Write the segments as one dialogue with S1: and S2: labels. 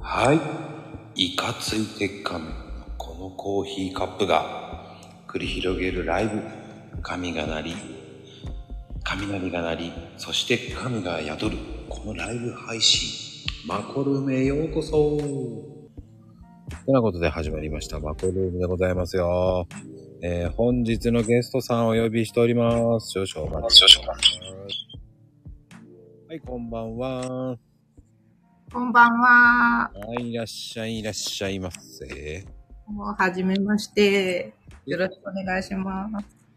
S1: はい。いかつい鉄仮面。このコーヒーカップが繰り広げるライブ。神が鳴り、雷が鳴り、そして神が宿る。このライブ配信。マコルームへようこそ。てなことで始まりました。マコルームでございますよ。えー本日のゲストさんをお呼びしております。少々お待ち少々はい、こんばんは。
S2: こんばんは。
S1: はい、いらっしゃい、いらっしゃいませ。
S2: もう、はじめまして。よろしくお願いします。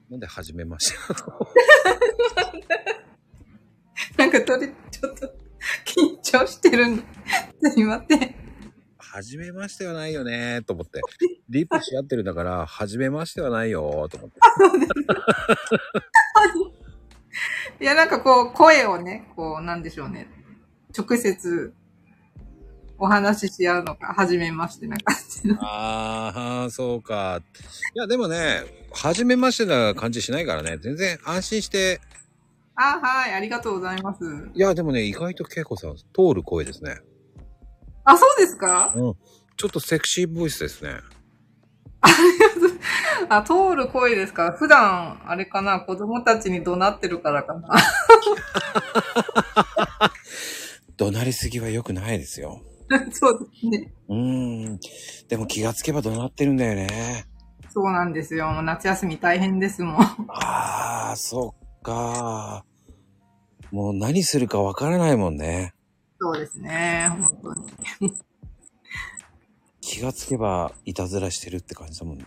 S1: なんで始めました
S2: なんか、とり、ちょっと、緊張してるんで。すいません。
S1: 始めましてはないよねーと思って。 リップし合ってるんだから、始めましてはないよーと思って。
S2: いや、なんかこう、声をね、こう、なんでしょうね。直接、お話しし合うのが、はじめましてな感じの。
S1: あー、そうか。いや、でもね、始めましてな感じしないからね、全然安心して。
S2: あ、はい、ありがとうございます。
S1: いや、でもね、意外と恵子さん、通る声ですね。
S2: あ、そうですか
S1: ちょっとセクシーボイスですね。
S2: あ、通る声ですか普段、あれかな、子供たちに怒鳴ってるからかな。
S1: 怒鳴りすぎは良くないですよ。
S2: そうですね。
S1: うーん。でも気がつけば怒鳴ってるんだよね。
S2: そうなんですよ。もう夏休み大変ですもん。
S1: ああ、そっか。もう何するかわからないもんね。
S2: そうですね、本当に。
S1: 気がつけばいたずらしてるって感じだもんね。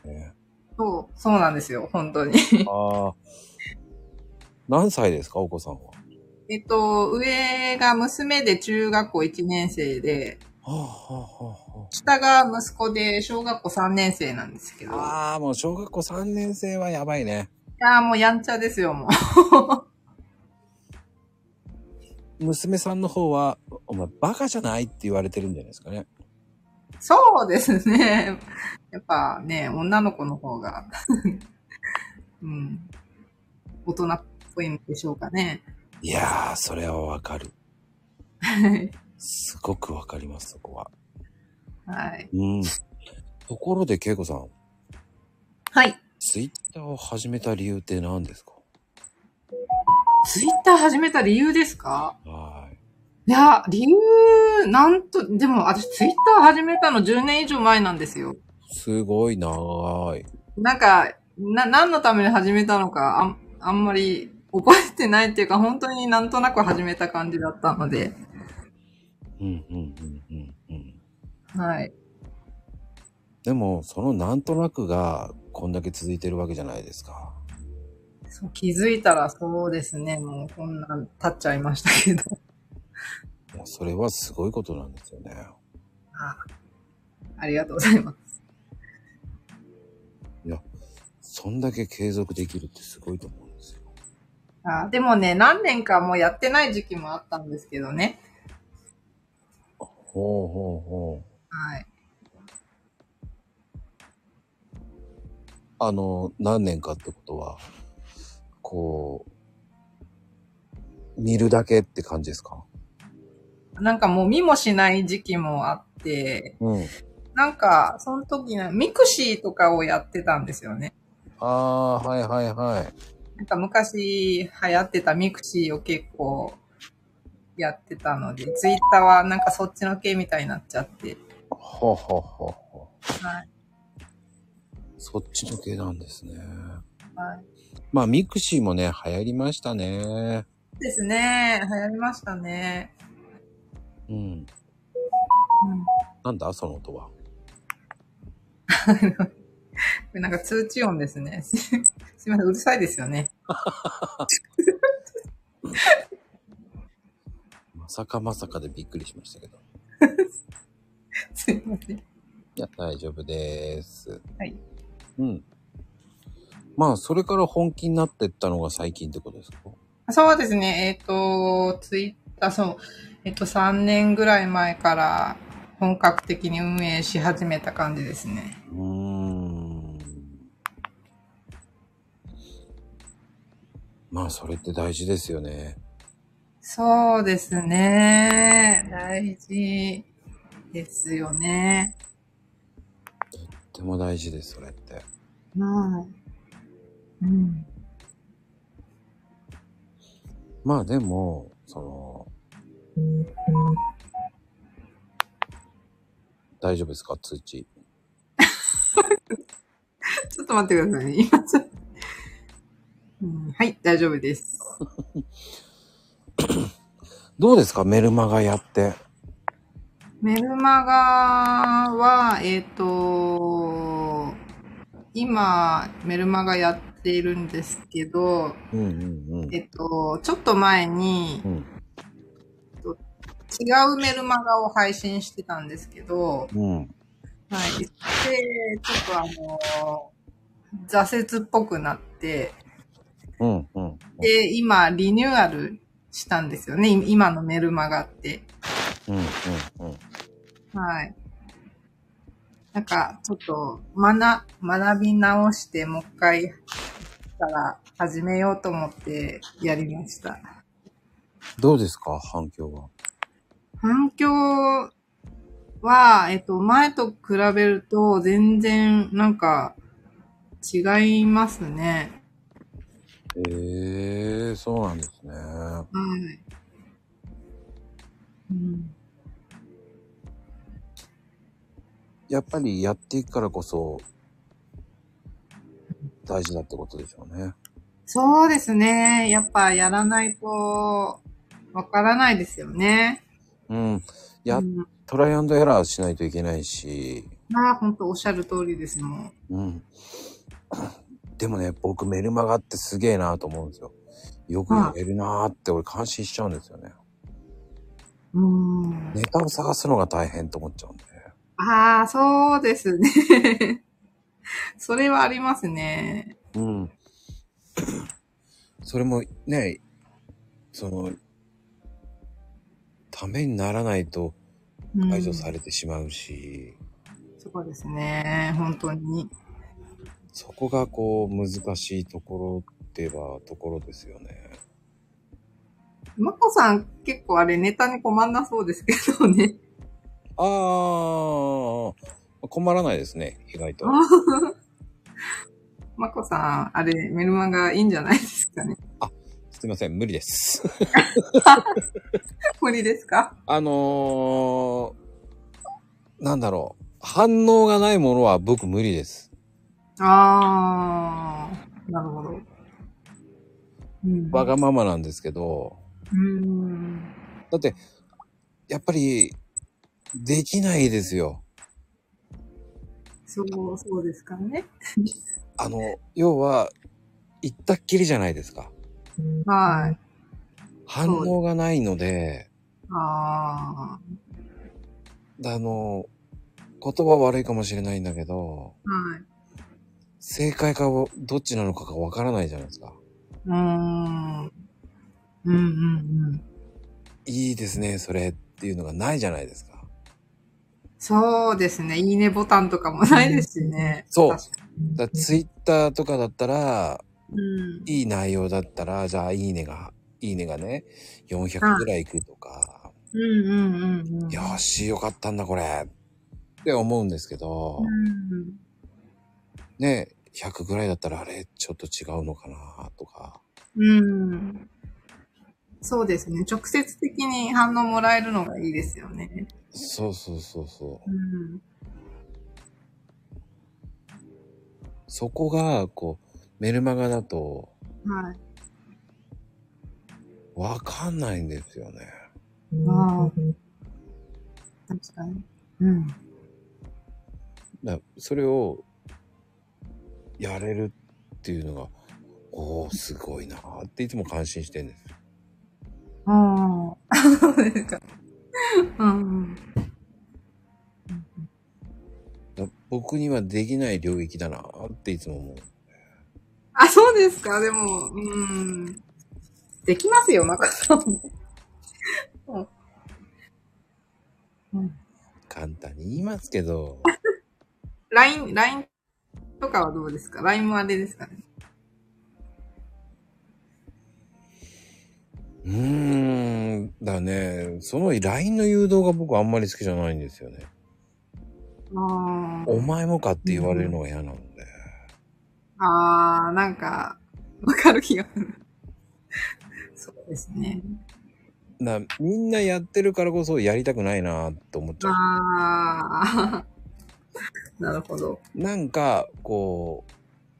S2: そう、そうなんですよ、本当に。
S1: ああ。何歳ですか、お子さんは。
S2: えっと、上が娘で中学校1年生で、
S1: はあ、はあは
S2: 下が息子で小学校3年生なんですけど、い
S1: あ、ああ、もう小学校3年生はやばいね。
S2: やーもうやんちゃですよ、もう。
S1: 娘さんの方は、お前バカじゃないって言われてるんじゃないですかね。
S2: そうですね。 やっぱね、女の子の方が、 うん、大人っぽいんでしょうかね。
S1: いやー、それはわかる。
S2: はい
S1: すごくわかります、そこは。
S2: はい。
S1: うん。ところで、恵子さん、
S2: はい。
S1: ツイッターを始めた理由って何ですか
S2: ツイッター始めた理由ですか
S1: はい。
S2: いや、理由、なんと、でも、私、ツイッター始めたの10年以上前なんですよ。
S1: すごい長い。
S2: なんか、な、何のために始めたのか、あん、あんまり覚えてないっていうか、本当になんとなく始めた感じだったので、
S1: うんうんうんうんうん。
S2: はい。
S1: でも、そのなんとなくが、こんだけ続いてるわけじゃないですか。
S2: そう気づいたら、そうですね、もう、こんなん経っちゃいましたけど。
S1: いやそれはすごいことなんですよね。
S2: あありがとうございます。
S1: そんだけ継続できるってすごいと思うんですよ。
S2: あでもね、何年かもうやってない時期もあったんですけどね。
S1: ほうほうほう。
S2: はい。
S1: あの、何年かってことは、こう、見るだけって感じですか
S2: なんかもう見もしない時期もあって、
S1: うん。
S2: なんか、その時ね、ミクシーとかをやってたんですよね。
S1: ああ、はいはいはい。
S2: なんか昔流行ってたミクシーを結構やってたので、ツイッターはなんかそっちの系みたいになっちゃって。
S1: ほうほうほうほ
S2: はい。
S1: う。そっちの系なんですね。
S2: はい、
S1: まあ、ミクシーもね、流行りましたね。
S2: ですね。流行りましたね。
S1: うん。なんだその音は。
S2: うん、なんか通知音ですね。 すすいません、うるさいですよね。
S1: まさかまさかでびっくりしましたけど。
S2: すいません。
S1: いや、大丈夫です。
S2: はい。
S1: うん。まあ、それから本気になってったのが最近ってことですか
S2: そうですね。えっ、と、ツイッター、そう、えっ、と、3年ぐらい前から本格的に運営し始めた感じですね。
S1: うーん。まあ、それって大事ですよね。
S2: そうですね。大事。ですよね。
S1: とても大事です、それって。
S2: はい。うん。
S1: まあでも、その、大丈夫ですか通知。
S2: ちょっと待ってくださいね。今ちょっと、うん。はい、大丈夫です。
S1: どうですかメルマガやって。
S2: メルマガは、えっ、と、今、メルマガやっているんですけど、
S1: うんうんうん。
S2: えっ、と、ちょっと前に
S1: うん
S2: 違うメルマガを配信してたんですけど、
S1: うん。
S2: はい。で、ちょっとあの、挫折っぽくなって、
S1: うんうん。
S2: で、今、リニューアルしたんですよね。い今のメルマガって。
S1: うんうんうん。
S2: はい。なんか、ちょっと、学、学び直して、もう一回、から始めようと思ってやりました。
S1: どうですか反響は。
S2: 反響は、えっと、前と比べると、全然、なんか、違いますね。
S1: ええー、そうなんですね。
S2: はい。うん。
S1: やっぱりやっていくからこそ、大事だってことでしょうね。
S2: そうですね。やっぱ、やらないと、わからないですよね。
S1: うん。や
S2: う、ん
S1: トライアンドエラーしないといけないし、
S2: まあ、本当おっしゃる通りですもん。
S1: うん。 でもね、僕メルマガってすげえなと思うんですよ。よくやれるなーって俺感心しちゃうんですよね。
S2: うーん。
S1: ネタを探すのが大変と思っちゃうんで。
S2: ああ、そうですね。 それはありますね。
S1: うん。 それもね、その、ためにならないと
S2: うん
S1: 排除されてしまうし、
S2: そうですね。本当に。
S1: そこがこう難しいところではところですよね。
S2: まこさん、結構あれ、ネタに困んなそうですけどね。
S1: あー、困らないですね、意外と。
S2: まこさん、あれ、メルマガいいんじゃないですかね。
S1: すいません、無理です。
S2: 無理ですか
S1: あのー、なんだろう。反応がないものは僕無理です。
S2: ああ、なるほど。うん。
S1: わがままなんですけど、
S2: うーん。
S1: だって、やっぱり、できないですよ。
S2: そう、そうですかね。
S1: あの、要は、行ったっきりじゃないですか。
S2: はい。
S1: 反応がないので、
S2: ああ、
S1: あの、言葉悪いかもしれないんだけど、
S2: はい。
S1: 正解かをどっちなのかがわからないじゃないですか。
S2: うーん。うんうんうん。
S1: いいですね、それっていうのがないじゃないですか。
S2: そうですね。いいねボタンとかもないですしね。
S1: そう
S2: 確かに
S1: だツイッターとかだったら、
S2: うん。
S1: いい内容だったら、じゃあ、いいねが、いいねがね、400ぐらいいくとか、
S2: うんうんうんうん。
S1: よーし、よかったんだ、これ。って思うんですけど
S2: う、ん。
S1: ね、100ぐらいだったら、あれ、ちょっと違うのかな、とか。
S2: うん。そうですね。直接的に反応もらえるのがいいですよね。
S1: そうそうそうそう。
S2: うん。
S1: そこが、こう、メルマガだと、
S2: はい。
S1: わかんないんですよね。
S2: ああ。確かに。うん。
S1: だそれを、やれるっていうのが、おー、すごいなーっていつも感心してるんです。
S2: ああ。そうですか。うん。
S1: だ僕にはできない領域だなーっていつも思う。
S2: あ、そうですか。でも、うーん。できますよ、中さんも。うん。
S1: 簡単に言いますけど、
S2: LINE、LINE とかはどうですか ?LINE もあれですかね。
S1: ううーん、だね、その LINE の誘導が僕あんまり好きじゃないんですよね。
S2: あ
S1: お前もかって言われるのが嫌なんで。
S2: あ。ああ、なんか、わかる気がする。そうですね。
S1: なみんなやってるからこそやりたくないなと思っちゃう。
S2: ああ。なるほど。
S1: なんか、こう、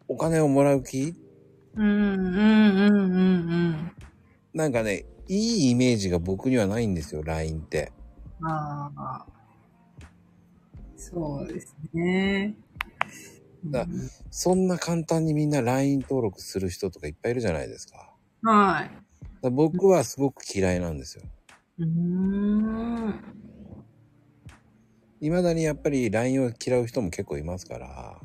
S1: お金をもらう気
S2: うん、うん、うん、うん、
S1: なんかね、いいイメージが僕にはないんですよ、LINE って。
S2: うん。ああ。そうですね。
S1: だ
S2: うん
S1: そんな簡単にみんな LINE 登録する人とかいっぱいいるじゃないですか。
S2: はい。
S1: だから僕はすごく嫌いなんですよ。
S2: うーん。
S1: 未だにやっぱり LINE を嫌う人も結構いますから。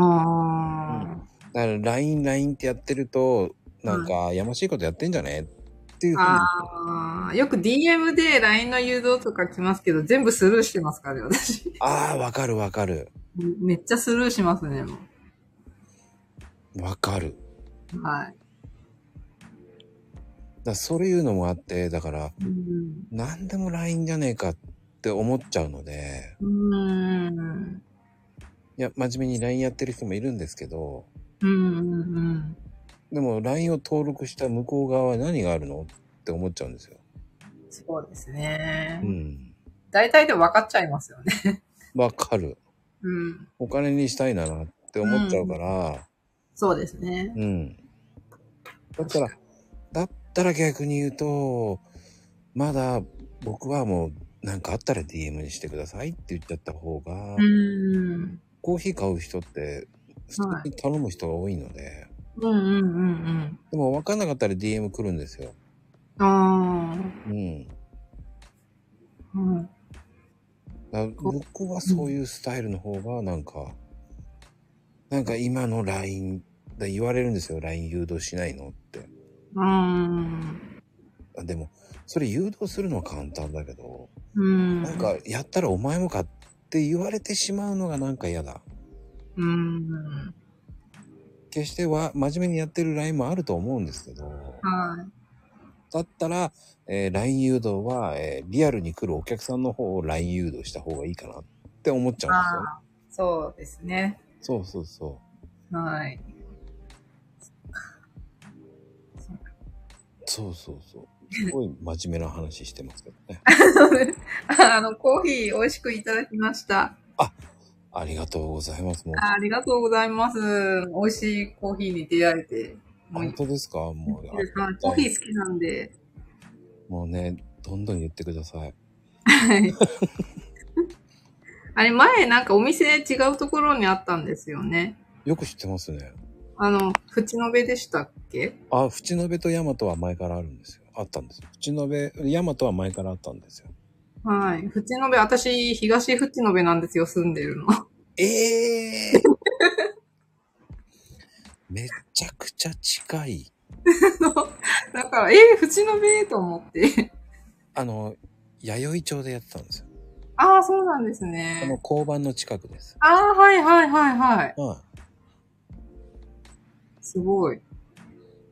S2: あ
S1: だから LINE、LINE ってやってると、なんか、やましいことやってんじゃねっていうふうに。
S2: あ。あーよく DM で LINE の誘導とか来ますけど、全部スルーしてますからね、私。
S1: ああ、わかるわかる。
S2: めっちゃスルーしますね、も
S1: わかる。
S2: う。はい。
S1: だからそういうのもあって、だから、
S2: うん。
S1: 何でも LINE じゃねえかって思っちゃうので、
S2: うん。
S1: いや、真面目に LINE やってる人もいるんですけど、
S2: うん。うん。
S1: でも LINE を登録した向こう側は何があるのって思っちゃうんですよ。
S2: そうです
S1: う
S2: ね。
S1: ん。
S2: 大体でも分かっちゃいますよね。
S1: わかる。
S2: うん。
S1: お金にしたいななって思っちゃうから、
S2: そうですね。
S1: うん。だったら、だったら逆に言うと、まだ僕はもう、なんかあったら DM にしてくださいって言っちゃった方が、
S2: うん。
S1: コーヒー買う人って、普通に頼む人が多いので、
S2: うんうんうん
S1: でも分かんなかったら DM 来るんですよ。
S2: うん。あ
S1: うん。
S2: あ。うん。
S1: だ僕はそういうスタイルの方がなんか、なんか今の LINE、だ言われるんですよ。LINE 誘導しないのって。
S2: うん。
S1: あでも、それ誘導するのは簡単だけど、
S2: うん。
S1: なんかやったらお前もかって言われてしまうのがなんか嫌だ。
S2: うん。
S1: 決しては真面目にやってる LINE もあると思うんですけど、
S2: はい。
S1: だったら、えー LINE 誘導は、えーリアルに来るお客さんの方を LINE 誘導した方がいいかなって思っちゃうん
S2: ああ、そうですね。
S1: ですよ。そうそうそう。
S2: はい。
S1: そうそう そう。すごい真面目な話してますけどね。
S2: あの、コーヒー美味しくいただきました。
S1: ありがとうございます。もう、
S2: あありがとうございます。美味しいコーヒーに出会えて。もう
S1: 本当ですかもうありがたい、
S2: コーヒー好きなんで。
S1: もうね、どんどん言ってください。
S2: はい。 あれ、前なんかお店違うところにあったんですよね。
S1: よく知ってますね。
S2: あの、淵の辺でしたっけ
S1: あ、淵の辺と大和は前からあるんですよ。あったんですよ。淵の辺、大和は前からあったんですよ。
S2: はい。淵の辺、私、東淵の辺なんですよ、住んでるの。
S1: ええー、 めちゃくちゃ近い。
S2: だから、えー、淵の辺と思って。
S1: あの、弥生町でやってたんですよ。
S2: ああ、そうなんです
S1: あの、
S2: ね。
S1: 交番の近くです。
S2: ああ、はいはいはいはい。
S1: は
S2: すごい。
S1: い。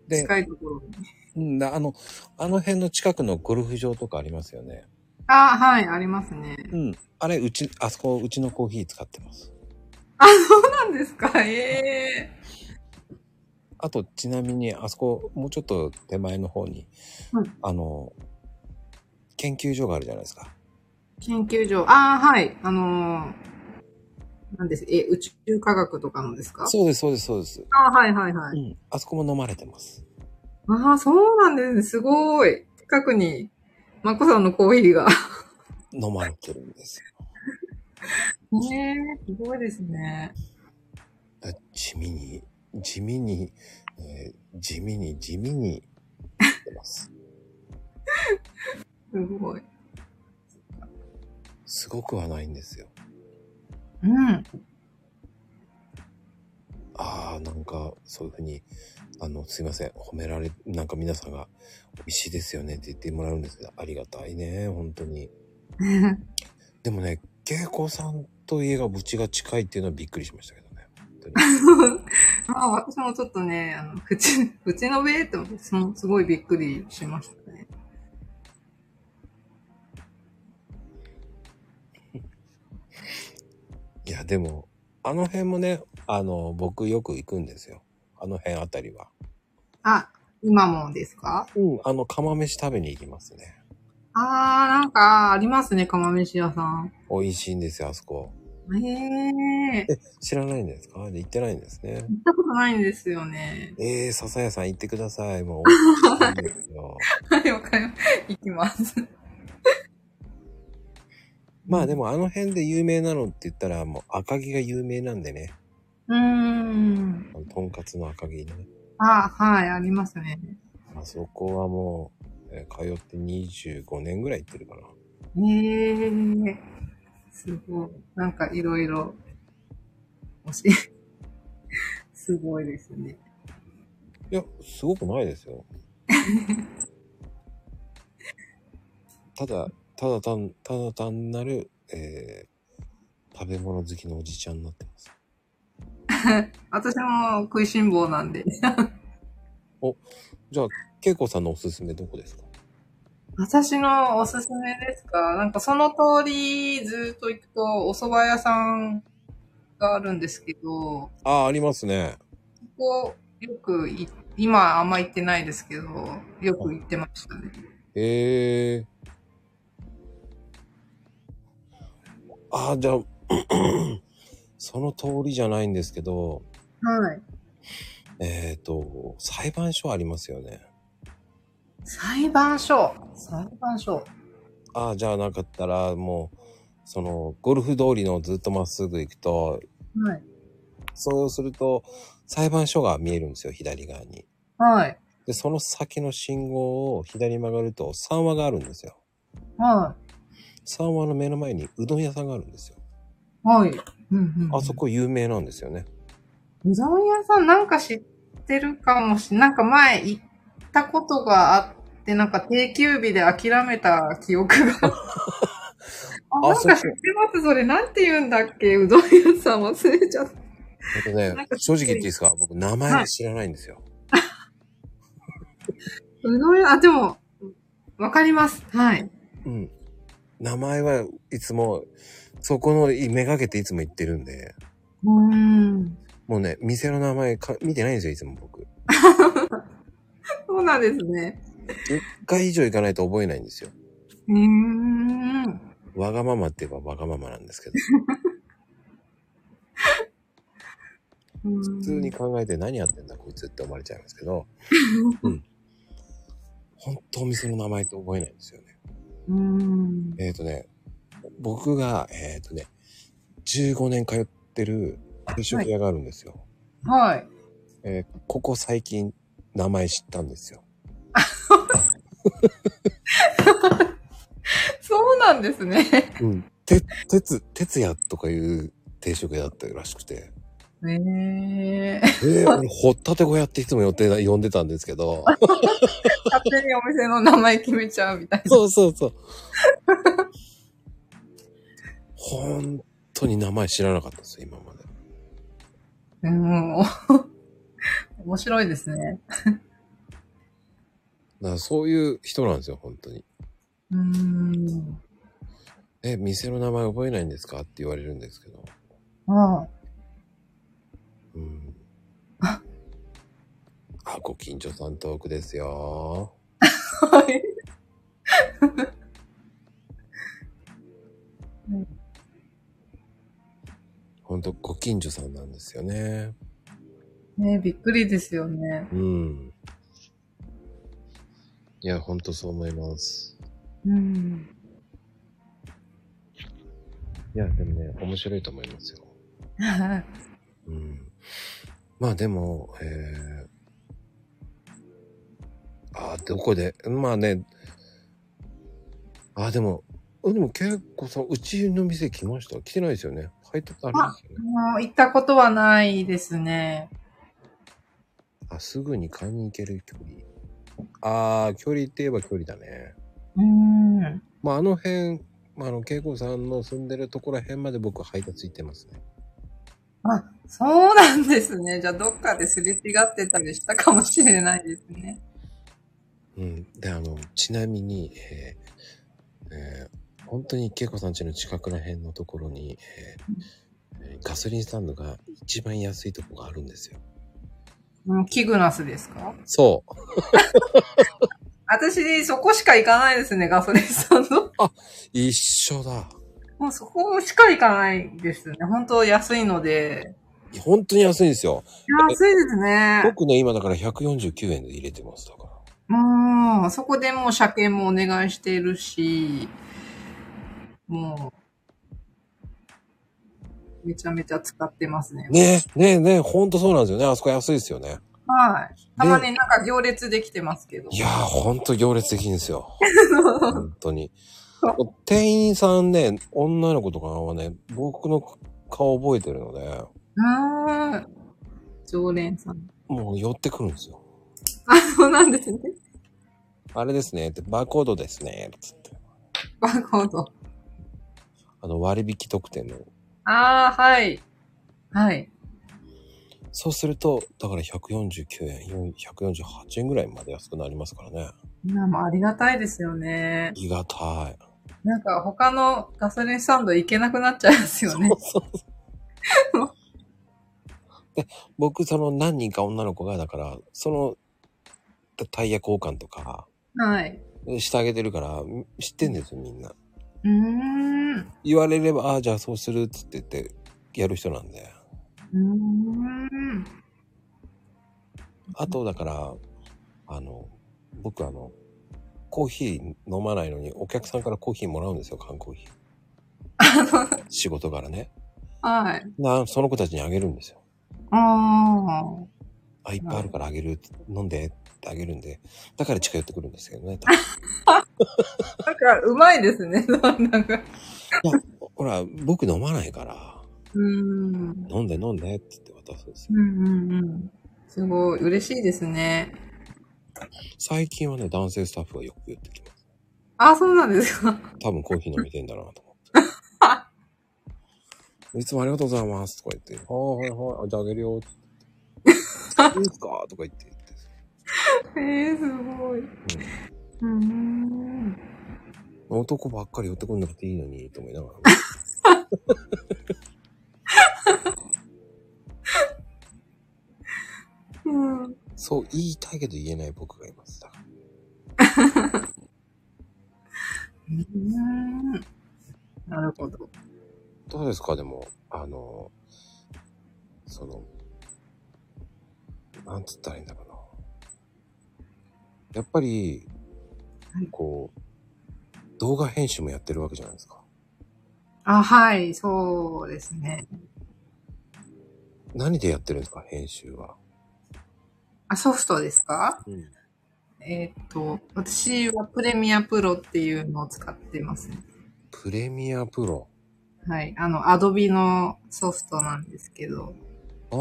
S1: で、
S2: 近いところに。
S1: うん、なあの、あの辺の近くのゴルフ場とかありますよね。
S2: あ、はい、ありますね。
S1: うん。あれ、うち、あそこ、うちのコーヒー使ってます。
S2: そうなんですかええ
S1: あと、ちなみに、あそこ、もうちょっと手前の方に、
S2: うん
S1: あの、研究所があるじゃないですか。
S2: 研究所。ああ、はい。あのー、なんです。え、宇宙科学とかのですか
S1: そうです、そうです、そうです。
S2: あーはいはいは
S1: う
S2: い。
S1: ん。あそこも飲まれてます。
S2: ああ、そうなんですね。すごい。近くに、まこさんのコーヒーが。
S1: 飲まれてるんですよ。
S2: ねえ、すごいですね。
S1: だ地味に、地味に、えー地味に、地味に、やってます。
S2: すごい。
S1: すごくはないんですよ。
S2: うん。
S1: ああ、なんか、そういうふうに、あの、すいません、褒められ、なんか皆さんが、美味しいですよねって言ってもらうんですけど、ありがたいね、本当に。でもね、恵子さんと家がうちが近いっていうのはびっくりしましたけどね。本当に
S2: まあ私もちょっとね、あの、口、口の上って思って、そのすごいびっくりしましたね。
S1: いや、でも、あの辺もね、あの、僕よく行くんですよ。あの辺あたりは。
S2: あ、今もですか
S1: うん。あの、釜飯食べに行きますね。
S2: あー、なんか、ありますね、釜飯屋さん。
S1: 美味しいんですよ、あそこ。
S2: へえー、行っ
S1: 知らないんですかで行ってないんですね。
S2: たことないんですよね。
S1: ええー、笹屋さん行ってください。 もう、美味しいんですよ。
S2: はい、わかります。行きます。
S1: まあでもあの辺で有名なのって言ったらもう赤城が有名なんでね。
S2: うーん。
S1: あのとんかつの赤城ね。
S2: あ、はい、ありますね。
S1: あそこはもう、えー通って25年ぐらい行ってるかな。
S2: へえー、すごい。なんかいろいろ、 おし、すごいですね。
S1: いや、すごくないですよ。ただ、ただ単、ただ単なる、えー食べ物好きのおじちゃんになってます。
S2: 私も食いしん坊なんで。
S1: じゃあ、けいこさんのおすすめどこですか
S2: 私のおすすめですかなんかその通りずっと行くとお蕎麦屋さんがあるんですけど、
S1: ああ、ありますね。
S2: ここよくい、今あんま行ってないですけど、よく行ってましたね。
S1: へえ。ああ、じゃあ、その通りじゃないんですけど、
S2: はい。
S1: えっ、と、裁判所ありますよね。
S2: 裁判所。裁判所。
S1: ああ、じゃあなかったら、もう、その、ゴルフ通りのずっとまっすぐ行くと、
S2: はい。
S1: そうすると、裁判所が見えるんですよ、左側に。
S2: はい。
S1: で、その先の信号を左に曲がると、三和があるんですよ。
S2: は
S1: 三和の目の前にうどん屋さんがあるんですよ。
S2: い。はい。うんうん、
S1: あそ。こ有名なんですよね。
S2: うどん屋さんなんか知ってるかもしなんか前行ったことがあって、なんか定休日で諦めた記憶が。 あ、なんか知ってますそれ。なんて言うんだっけうどん屋さん忘れちゃった。
S1: えっとね
S2: なんか、
S1: 正直言っていいですか僕、名前は知らないんですよ。
S2: うどん屋、あ、でも、わかります。はい。
S1: うん。名前はいつも、そこのいめがけていつも行ってるんで、
S2: うーん。
S1: もうね、店の名前か見てないんですよ、いつも僕。
S2: そうなんですね。
S1: 1回以上行かないと覚えないんですよ。
S2: うーん。
S1: わがままって言えばわがままなんですけど、
S2: 普
S1: 普通に。考えて何やってんだこいつって思われちゃいますけど、うん。本当お店の名前って覚えないんですよね。
S2: うーん。
S1: えっ、とね、僕が、えっ、とね、15年通ってる定食屋があるんですよ。
S2: はい。
S1: えーここ最近名前知ったんですよ。
S2: そうなんですね。
S1: うん。て、てつ、てつやとかいう定食屋だったらしくて。
S2: ねえ。
S1: えー、俺、ほったて小屋っていつも予定だ、呼んでたんですけど。
S2: 勝手にお店の名前決めちゃうみたいな。
S1: そうそうそう。本当に名前知らなかったですよ、今まで。
S2: うん、 面白いですね。
S1: だからそういう人なんですよ、本当に。
S2: うーん。
S1: え、店の名前覚えないんですかって言われるんですけど。
S2: ああ、
S1: うん。あ、ご近所さんトークですよ。
S2: はい。
S1: 本当ご近所さんなんですよね。
S2: ねえびっくりですよね。
S1: うん。いや、ほんとそう思います。
S2: うん。
S1: いや、でもね、面白いと思いますよ。
S2: は
S1: うん。まあでも、えー、あーどこで、まあね、あーでも、あでも結構さん、うちの店来ました来てないですよね。配達ありますよ
S2: い
S1: ね。
S2: もう行ったことはないですね。
S1: あ、すぐに買いに行ける距離。あー、距離って言えば距離だね。
S2: うーん。
S1: まああの辺、まああの、恵子さんの住んでるところら辺まで僕配達行ってますね。
S2: ああ、そうなんですね。じゃあ、どっかですれ違ってたりしたかもしれないですね。
S1: うん。で、あの、ちなみに、えーえー本当に恵子さん家の近くら辺のところに、えーえーガソリンスタンドが一番安いとこがあるんですよ。
S2: うん、キグナスですか
S1: そう。
S2: 私、そこしか行かないですね、ガソリンスタンド。
S1: 一緒だ。
S2: もうそこしか行かないですね。本当安いので。
S1: 本当に安いんですよ。
S2: 安いですね。
S1: 僕ね、今だから149円で入れてます。だから。
S2: うん、そこでもう車検もお願いしているし、もう、めちゃめちゃ使ってますね。
S1: ねえ、ねえ、ねえ、ほんとそうなんですよね。あそこ安いですよね。
S2: はい。たまになんか行列できてますけど。
S1: いやー、ほんと行列できるんですよ。本当に。店員さんね、女の子とかはね、僕の顔覚えてるので、
S2: うん。常連さん。
S1: もう寄ってくるんですよ。
S2: あ、そうなんですね。
S1: あれですね、ってバーコードですね、つって。
S2: バーコード。
S1: あの、割引特典の。
S2: ああ、はい。はい。
S1: そうすると、だから149円、148円ぐらいまで安くなりますからね。
S2: まあまあありがたいですよね
S1: あ。りがたい。
S2: なんか他のガソリンスタンド行けなくなっちゃいますよね。
S1: そうそう。で、僕、その何人か女の子が、だから、その、タイヤ交換とか、
S2: はい。
S1: してあげてるから、知ってんですよ、みんな。
S2: うーん。う
S1: 言われれば、ああ、じゃあそうするっつって言って、やる人なんで。
S2: ーん。
S1: あと、だから、あの、僕、あの、コーヒー飲まないのに、お客さんからコーヒーもらうんですよ、缶コーヒー。仕事からね。
S2: はい。
S1: な、その子たちにあげるんですよ。
S2: ああ。
S1: あ、いっぱいあるからあげる、飲んでってあげるんで、だから近寄ってくるんですけどね。
S2: なんか、うまいですね。 なんか。
S1: ほら、僕飲まないから、
S2: うーん。
S1: 飲んで飲んでって言って渡すんです
S2: う
S1: よ。
S2: んうんうん。すごい、嬉しいですね。
S1: 最近はね、男性スタッフがよく言ってきます。
S2: あ、そうなんですか。
S1: 多分コーヒー飲みてんだなと思 って。いつもありがとうございますとか言って、はいはいはい、じゃああげるよって言 って。いいですかとか言って言って。
S2: えー、すごい。うーん。
S1: 男ばっかり寄ってこなくていいのに、と思いながら。
S2: うん。
S1: そう言いたいけど言えない僕がいます。だから
S2: なるほど。
S1: どうですかでも、あの、その、なんつったらいいんだろうな。やっぱり
S2: はい、
S1: こう、動画編集もやってるわけじゃないですか。
S2: あ、はい、そうですね。
S1: 何でやってるんですか編集は。
S2: あ、ソフトですか
S1: うん。
S2: えーっと、私はプレミアプロっていうのを使ってますね。
S1: プレミアプロ。
S2: はい。あの、アドビのソフトなんですけど。
S1: あ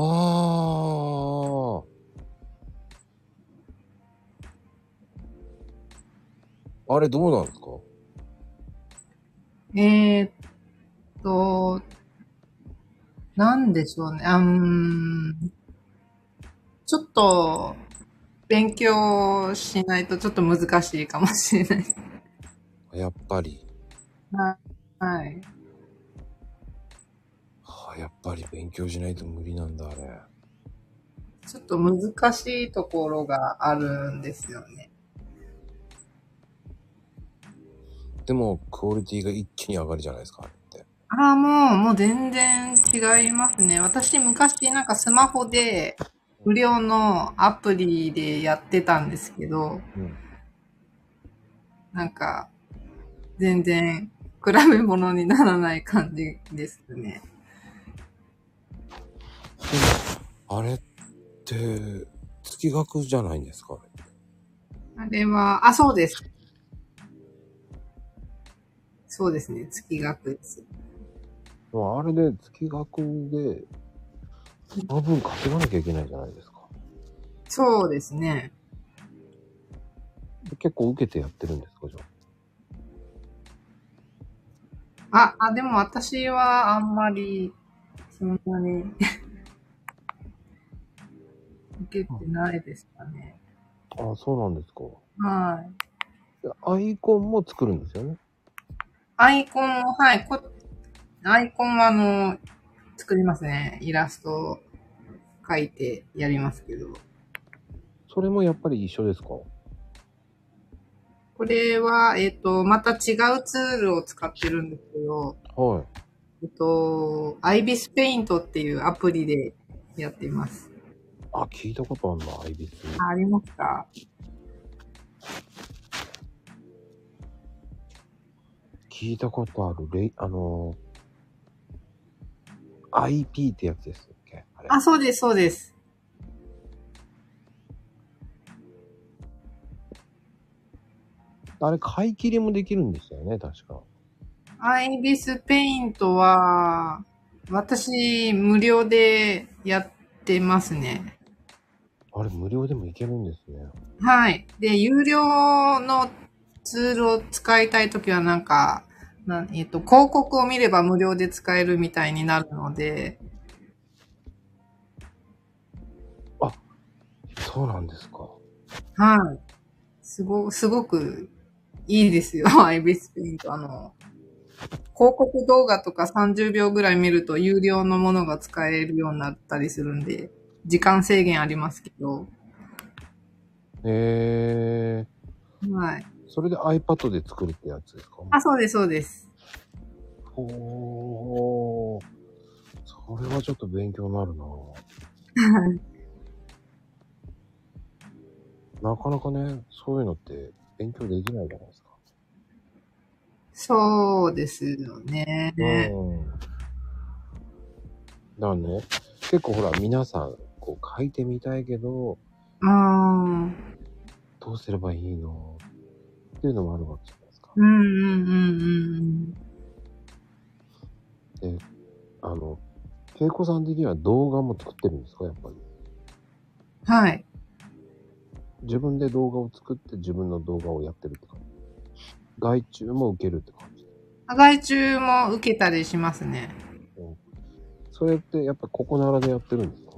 S1: あ。あれどうなんですか
S2: えーっと、なんでしょうね。あうーん、ちょっと、勉強しないとちょっと難しいかもしれない。
S1: やっぱり。
S2: はい。
S1: はあ、やっぱり勉強しないと無理なんだ、あれ。
S2: ちょっと難しいところがあるんですよね。
S1: でも、クオリティが一気に上がるじゃないですか、あれって。
S2: ああ、もう、もう全然違いますね。私昔なんかスマホで無料のアプリでやってたんですけど、
S1: うん
S2: なんか全然比べ物にならない感じですね。
S1: あれって、月額じゃないんですかあれ
S2: あれは、あ、そうです。そうですね。月額です。
S1: でもあれで月額で、その分稼がなきゃいけないじゃないですか。
S2: そうですね。
S1: で結構受けてやってるんですか、じゃあ。
S2: あ、あ、でも私はあんまりそんなに 受けてないですかね。
S1: あ、そうなんですか。
S2: はい。
S1: でアイコンも作るんですよね。
S2: アイコンも、はい、こ、アイコンはあの、作りますね。イラストを描いてやりますけど。
S1: それもやっぱり一緒ですか
S2: これは、えっ、と、また違うツールを使ってるんですけど、
S1: はい。
S2: えっと、アイビスペイントっていうアプリでやっています。
S1: あ、聞いたことあるな、アイビス。
S2: あありますか
S1: 聞いたことある、レイ、あのー IP ってやつですっけあれ。
S2: あ、そうです、そうです。
S1: あれ、買い切りもできるんですよね、確か。
S2: アイビスペイントは、私、無料でやってますね。
S1: あれ、無料でもいけるんですね。
S2: はい。で、有料のツールを使いたいときは、なんか、なんえっと、広告を見れば無料で使えるみたいになるので、
S1: そうなんですか。
S2: はい。すご、すごくいいですよ、 アイビスペイント。あの、広告動画とか30秒ぐらい見ると有料のものが使えるようになったりするんで、時間制限ありますけど、
S1: えー、
S2: はい。
S1: それで iPad で作るってやつですか
S2: あ、そうです、そうです。
S1: ほー。それはちょっと勉強になる ななかなかね、そういうのって勉強できないじゃないですか。
S2: そうですよね。
S1: うん。だからね、結構ほら、皆さん、こう書いてみたいけど、
S2: ああ、
S1: どうすればいいのっていうのもあるわけじゃないですか。
S2: うんうんうんうん
S1: あの、恵子さん的には動画も作ってるんですかやっぱり。
S2: うん。はい。
S1: 自分で動画を作って自分の動画をやってるって感じ。外注も受けるって感じ。
S2: 外注も受けたりしますね。
S1: それってやっぱここならでやってるんですか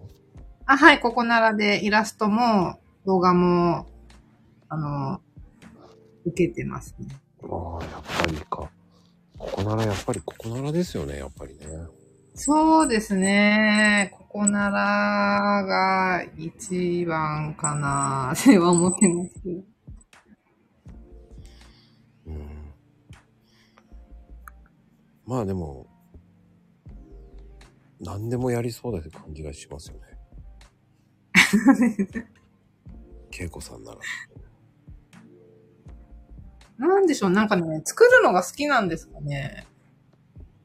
S2: あ、はい、ここならでイラストも動画も、あの、受けてますね。
S1: ああ、やっぱりか。ここならやっぱりここならですよね、やっぱりね。
S2: そうですね。ここならが一番かな っては思ってますけど。
S1: うん。まあでも、何でもやりそうだって感じがしますよね。恵子さんなら。
S2: なんでしょう、なんかね、作るのが好きなんですかね。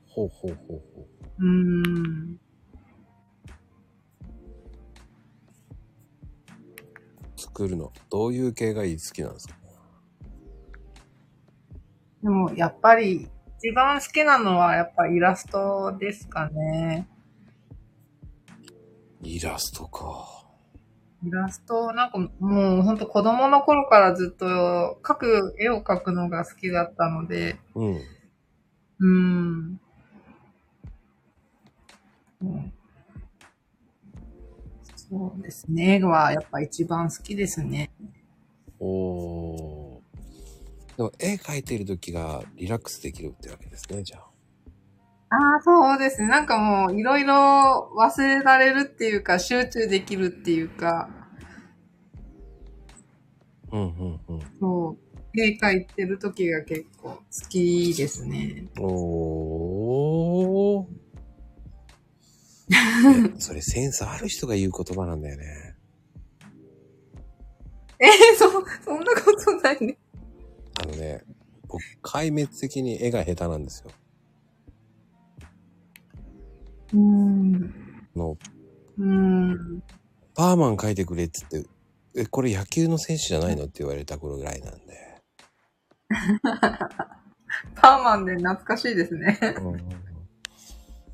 S1: ほうほうほうほう。
S2: うーん。
S1: 作るの。どういう系がいい好きなんですか
S2: でも、やっぱり、一番好きなのは、やっぱイラストですかね。
S1: イラストか。
S2: イラスト、なんかもう、ほんと子供の頃からずっと、描く、絵を描くのが好きだったので、
S1: うん。
S2: うーん。うんそうですね。絵はやっぱ一番好きですね。
S1: おー。でも絵描いてる時がリラックスできるってわけですね、じゃあ。
S2: ああ、そうですね。なんかもう、いろいろ忘れられるっていうか、集中できるっていうか、
S1: うんうんうん。
S2: そう、絵描いてる時が結構好きですね。
S1: おー。いやそれセンスある人が言う言葉なんだよね。
S2: えー、そ、そんなことないね。
S1: あのね、僕、壊滅的に絵が下手なんですよ。
S2: うーん。
S1: あの、
S2: うーん。
S1: パーマン描いてくれって言って、え、これ野球の選手じゃないのって言われた頃ぐらいなんで。
S2: パーマンで懐かしいですね。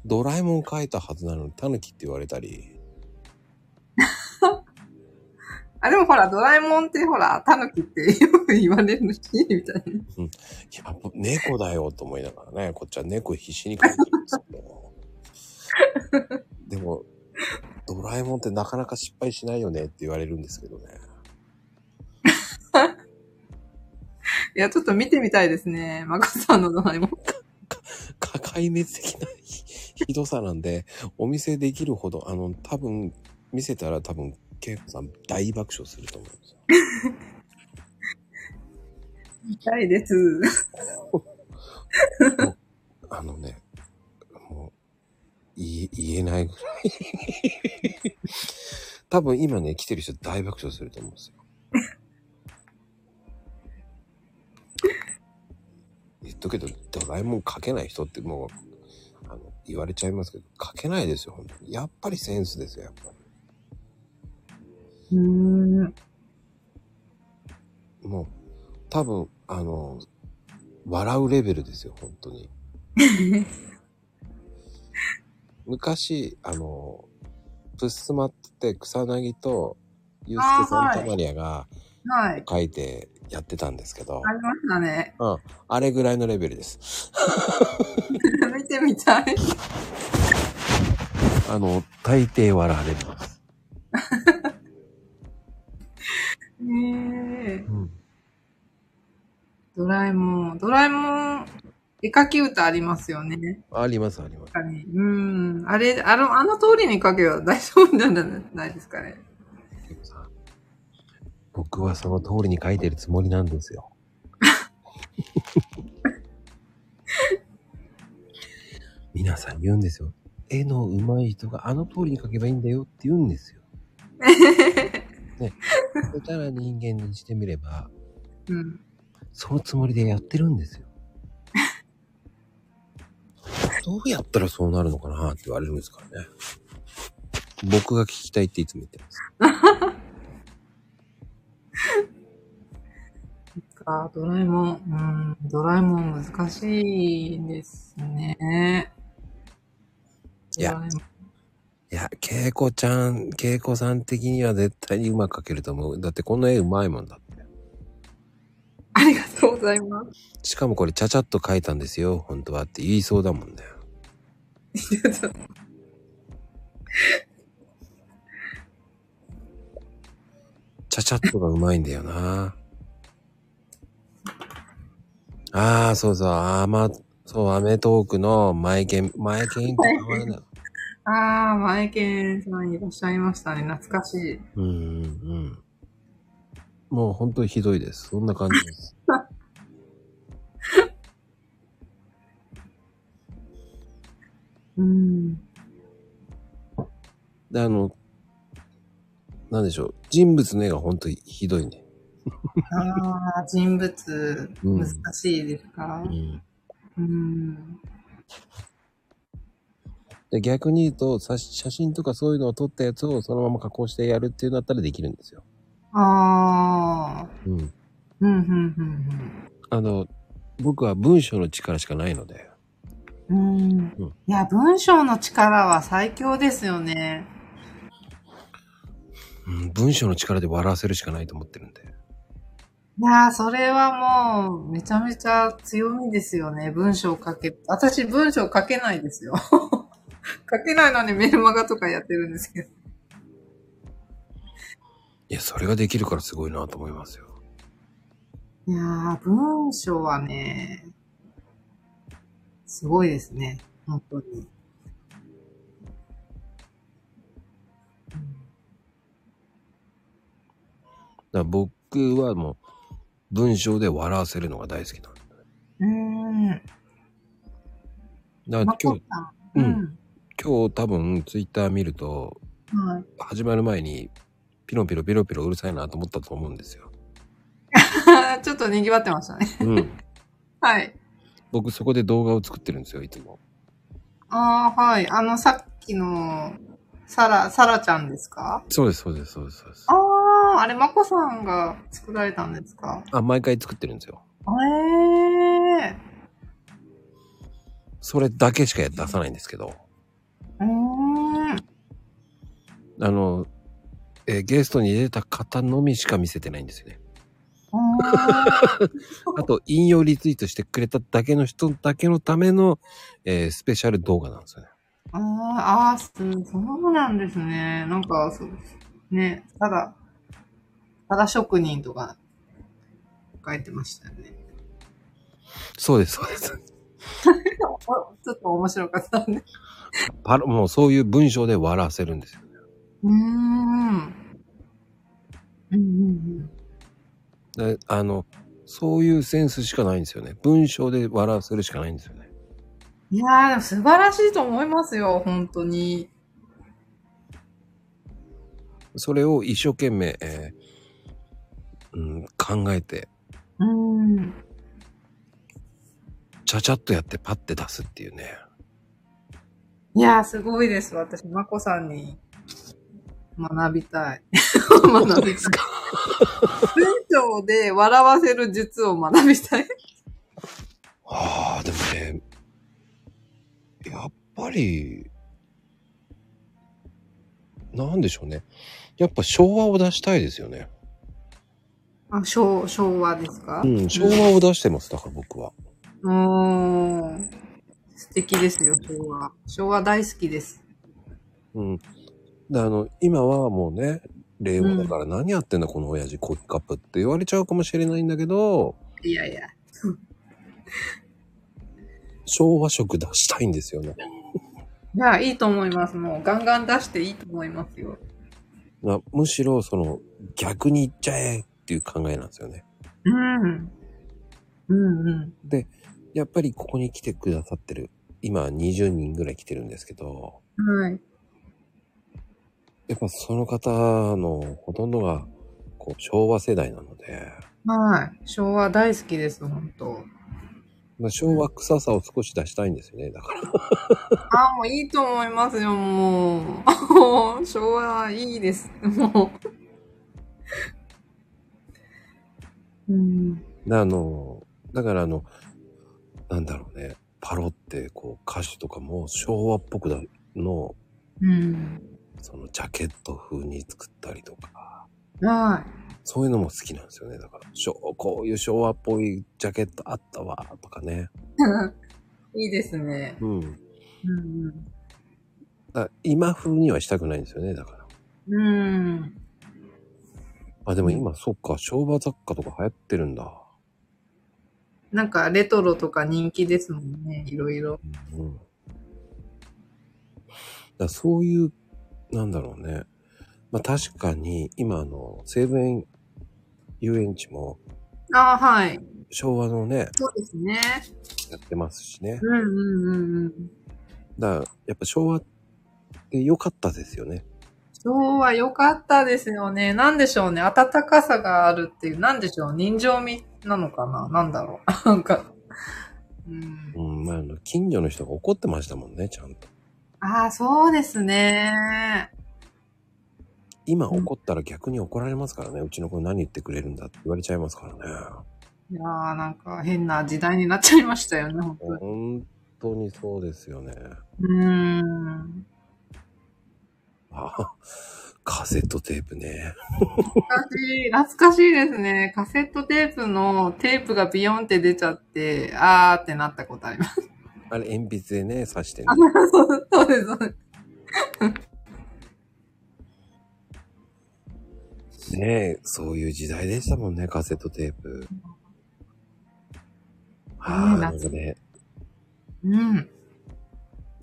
S1: ドラえもん描いたはずなのに、タヌキって言われたり。
S2: あ、でもほら、ドラえもんってほら、タヌキってよく言われるし、みたいな。
S1: いや、猫だよと思いながらね、こっちは猫必死に描いてるんですけど。でも、ドラえもんってなかなか失敗しないよねって言われるんですけどね。
S2: いや、ちょっと見てみたいですね。マコさんのドラえもん。
S1: か壊滅的なひどさなんで、お見せできるほど、あの、多分、見せたら多分、ケイコさん大爆笑すると思うんですよ。
S2: 見たいです。
S1: もうあのね、もう、言え言えないぐらい。 多分今ね、来てる人大爆笑すると思うんですよ。言っとくけど、ドラえもん描けない人ってもう、あの、言われちゃいますけど、描けないですよ、本当に。やっぱりセンスですよ、やっぱ
S2: うーん。
S1: り。もう、多分、あの、笑うレベルですよ、本当に。昔、あの、プッスマって草薙とユースケ・サンタマリアが
S2: はい。
S1: 書いてやってたんですけど、
S2: ありましたね。
S1: うん、あれぐらいのレベルです。
S2: 見てみたい。
S1: あの、大抵笑われます。
S2: ねえ
S1: うん。
S2: ドラえもん。ドラえもん、絵描き歌ありますよね。
S1: あります、あります。
S2: 確かに。うん。あれ、あの、あの通りに描けば 大丈夫なんじゃないですかね。
S1: でもさ僕はその通りに書いてるつもりなんですよ。皆さん言うんですよ。絵の上手い人があの通りに書けばいいんだよって言うんですよ。ね、そしたら人間にしてみれば、
S2: うん。
S1: そのつもりでやってるんですよ。どうやったらそうなるのかなって言われるんですからね。僕が聞きたいっていつも言ってます。
S2: あ、ドラえもん。うん。ドラえもん難しいですね。
S1: いや
S2: ドラえもん
S1: いや、けいこちゃん、けいこさん的には絶対にうまく描けると思う。だってこの絵うまいもんだって。
S2: ありがとうございます。
S1: しかもこれちゃちゃっと描いたんですよ、本当はって言いそうだもんね。ちゃちゃっとがうまいんだよな。ああ、そうそう、あーま、そう、アメトークの前剣、前剣って名前だ。
S2: ああ、マイケンさんいらっしゃいましたね。懐かしい。
S1: うんうんうん。もう本当にひどいです。そんな感じです。
S2: うん。
S1: で、あの、なんでしょう。人物の絵が本当にひどいね。
S2: ああ、人物、
S1: うん
S2: 難しいですか
S1: うん。
S2: うん。
S1: で、逆に言うと、さ写真とかそういうのを撮ったやつをそのまま加工してやるっていうのだったらできるんですよ。
S2: ああ、
S1: うん。
S2: うん、うん、
S1: あの、僕は文章の力しかないので。
S2: うん、うん。
S1: う
S2: うんん。いや、文章の力は最強ですよね。
S1: うん、文章の力で笑わせるしかないと思ってるんで。
S2: いやー、それはもう、めちゃめちゃ強みですよね。文章書け、私文章書けないですよ。 書けないのにメルマガとかやってるんですけど。
S1: いや、それができるからすごいなと思いますよ。
S2: いやー、文章はね、すごいですね。本当に。
S1: だから僕はもう、文章で笑わせるのが大好きなの。
S2: うん。うー
S1: だ
S2: ん。
S1: か
S2: ま
S1: ら今
S2: こ
S1: 日、
S2: さ。
S1: うんん今日多分ツイッター見ると、
S2: うん。はい。
S1: 始まる前にピロピロピロピロうるさいなと思ったと思うんですよ。
S2: ちょっと賑わってましたね。
S1: うん。
S2: はい。
S1: 僕そこで動画を作ってるんですよ、いつも。
S2: ああ、はい。あの、さっきの、サラ、サラちゃんですか
S1: そうです、そうです、そうです。そうです
S2: ああ、あれ、まこさんが作られたんですか
S1: あ、毎回作ってるんですよ。
S2: ええ
S1: それだけしか出さないんですけど。
S2: ー。うーん。
S1: あの、えーゲストに出た方のみしか見せてないんですよね。
S2: あー
S1: あと、引用リツイートしてくれただけの人だけのための、えースペシャル動画なんですよね。
S2: あーあー、そうそうなんですね。なんか、そうです。ね、ただ、ただ職人とか書いてましたよね。
S1: そうです、そうです。
S2: おちょっと面白かったんで。
S1: パロもうそういう文章で笑わせるんですよ。
S2: うーん。うんうんうん。
S1: であの、そういうセンスしかないんですよね。文章で笑わせるしかないんですよね。
S2: いやー、でも素晴らしいと思いますよ、本当に。
S1: それを一生懸命、えーうん、考えて、
S2: うーん。
S1: ちゃちゃっとやってパッて出すっていうね。
S2: いやー、すごいです。私、まこさんに学びたい。 学びたい。文章で笑わせる術を学びたい。
S1: ああ、でもね、やっぱり、なんでしょうね。やっぱ昭和を出したいですよね。
S2: あ、昭昭和ですか
S1: うん、昭和を出してます、だから僕は。
S2: うーん。素敵ですよ、昭和。昭和大好きです。
S1: うん。で、あの、今はもうね、令和だから何やってんだ、この親父、コーヒーカップって言われちゃうかもしれないんだけど、
S2: いやいや。
S1: 昭和色出したいんですよね。
S2: いや、いいと思います。もう、ガンガン出していいと思いますよ。
S1: まあむしろ、その、逆に言っちゃえっていう考えなんですよね。
S2: うん。うんうん。
S1: で、やっぱりここに来てくださってる、今20人ぐらい来てるんですけど、
S2: はい。
S1: やっぱその方のほとんどが、こう、昭和世代なので、
S2: はい。昭和大好きです、本当。
S1: まあ、昭和臭さを少し出したいんですよね、だから。
S2: あ、もういいと思いますよ、もう。昭和いいです、もう。うん。
S1: であの、だからあの、なんだろうね、パロってこう歌詞とかも昭和っぽくだの、
S2: うん。
S1: そのジャケット風に作ったりとか、
S2: は
S1: そういうのも好きなんですよね。だから、昭こういう昭和っぽいジャケットあったわ、とかね。
S2: い。いいですね。
S1: うん。
S2: うんうん。
S1: だから今風にはしたくないんですよね、だから。
S2: うん。
S1: あ、でも今、そっか、昭和雑貨とか流行ってるんだ。
S2: なんかレトロとか人気ですもんね、いろいろ。
S1: うん。だからそういう、なんだろうね。まあ確かに、今あの、西武園遊園地も
S2: ああ、はい。
S1: 昭和のね、
S2: そうですね。
S1: やってますしね。
S2: うんうんうんうん。
S1: だから、やっぱ昭和って良かったですよね。
S2: 今日は良かったですよね。なんでしょうね。温かさがあるっていう、なんでしょう。人情味なのかななんだろう。なんか。うん
S1: う、ん、まああの、近所の人が怒ってましたもんね、ちゃんと。
S2: ああ、そうですね。
S1: 今怒ったら逆に怒られますからね。うちの子何言ってくれるんだって言われちゃいますからね。
S2: いやーなんか変な時代になっちゃいましたよね、本当に。
S1: 本当にそうですよね。
S2: うん。
S1: あ、カセットテープね。
S2: 懐かしい、懐かしいですね。カセットテープのテープがビヨンって出ちゃって、あーってなったことあります。
S1: あれ、鉛筆でね、刺してね。
S2: そうそうです、そうです。
S1: ねえ、そういう時代でしたもんね、カセットテープ。ああ、なんかね、
S2: うん。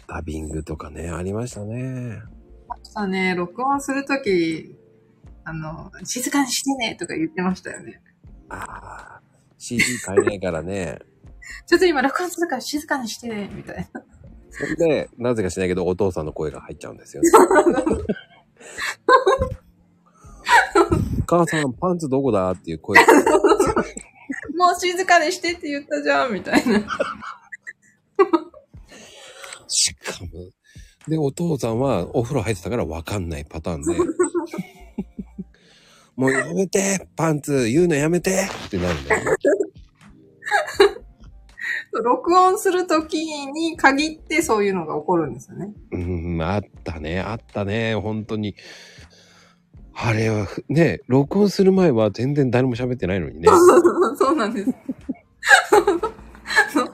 S1: ダビングとかね、ありましたね。
S2: さあね、録音するとき、あの、静かにしてねとか言ってましたよね。
S1: ああ、CD 買えないからね。
S2: ちょっと今録音するから静かにしてねみたいな。
S1: そ んで、なぜかしないけど、お父さんの声が入っちゃうんですよね。母さん、パンツどこだっていう声。
S2: もう静かにしてって言ったじゃんみたいな。
S1: しかも。で、お父さんはお風呂入ってたからわかんないパターンで。もうやめてパンツ言うのやめてってなるんだよね。
S2: 録音するときに限ってそういうのが起こるんですよね。
S1: うん、あったね、あったね、本当に。あれは、ね、録音する前は全然誰も喋ってないのにね。
S2: そうなんです。そう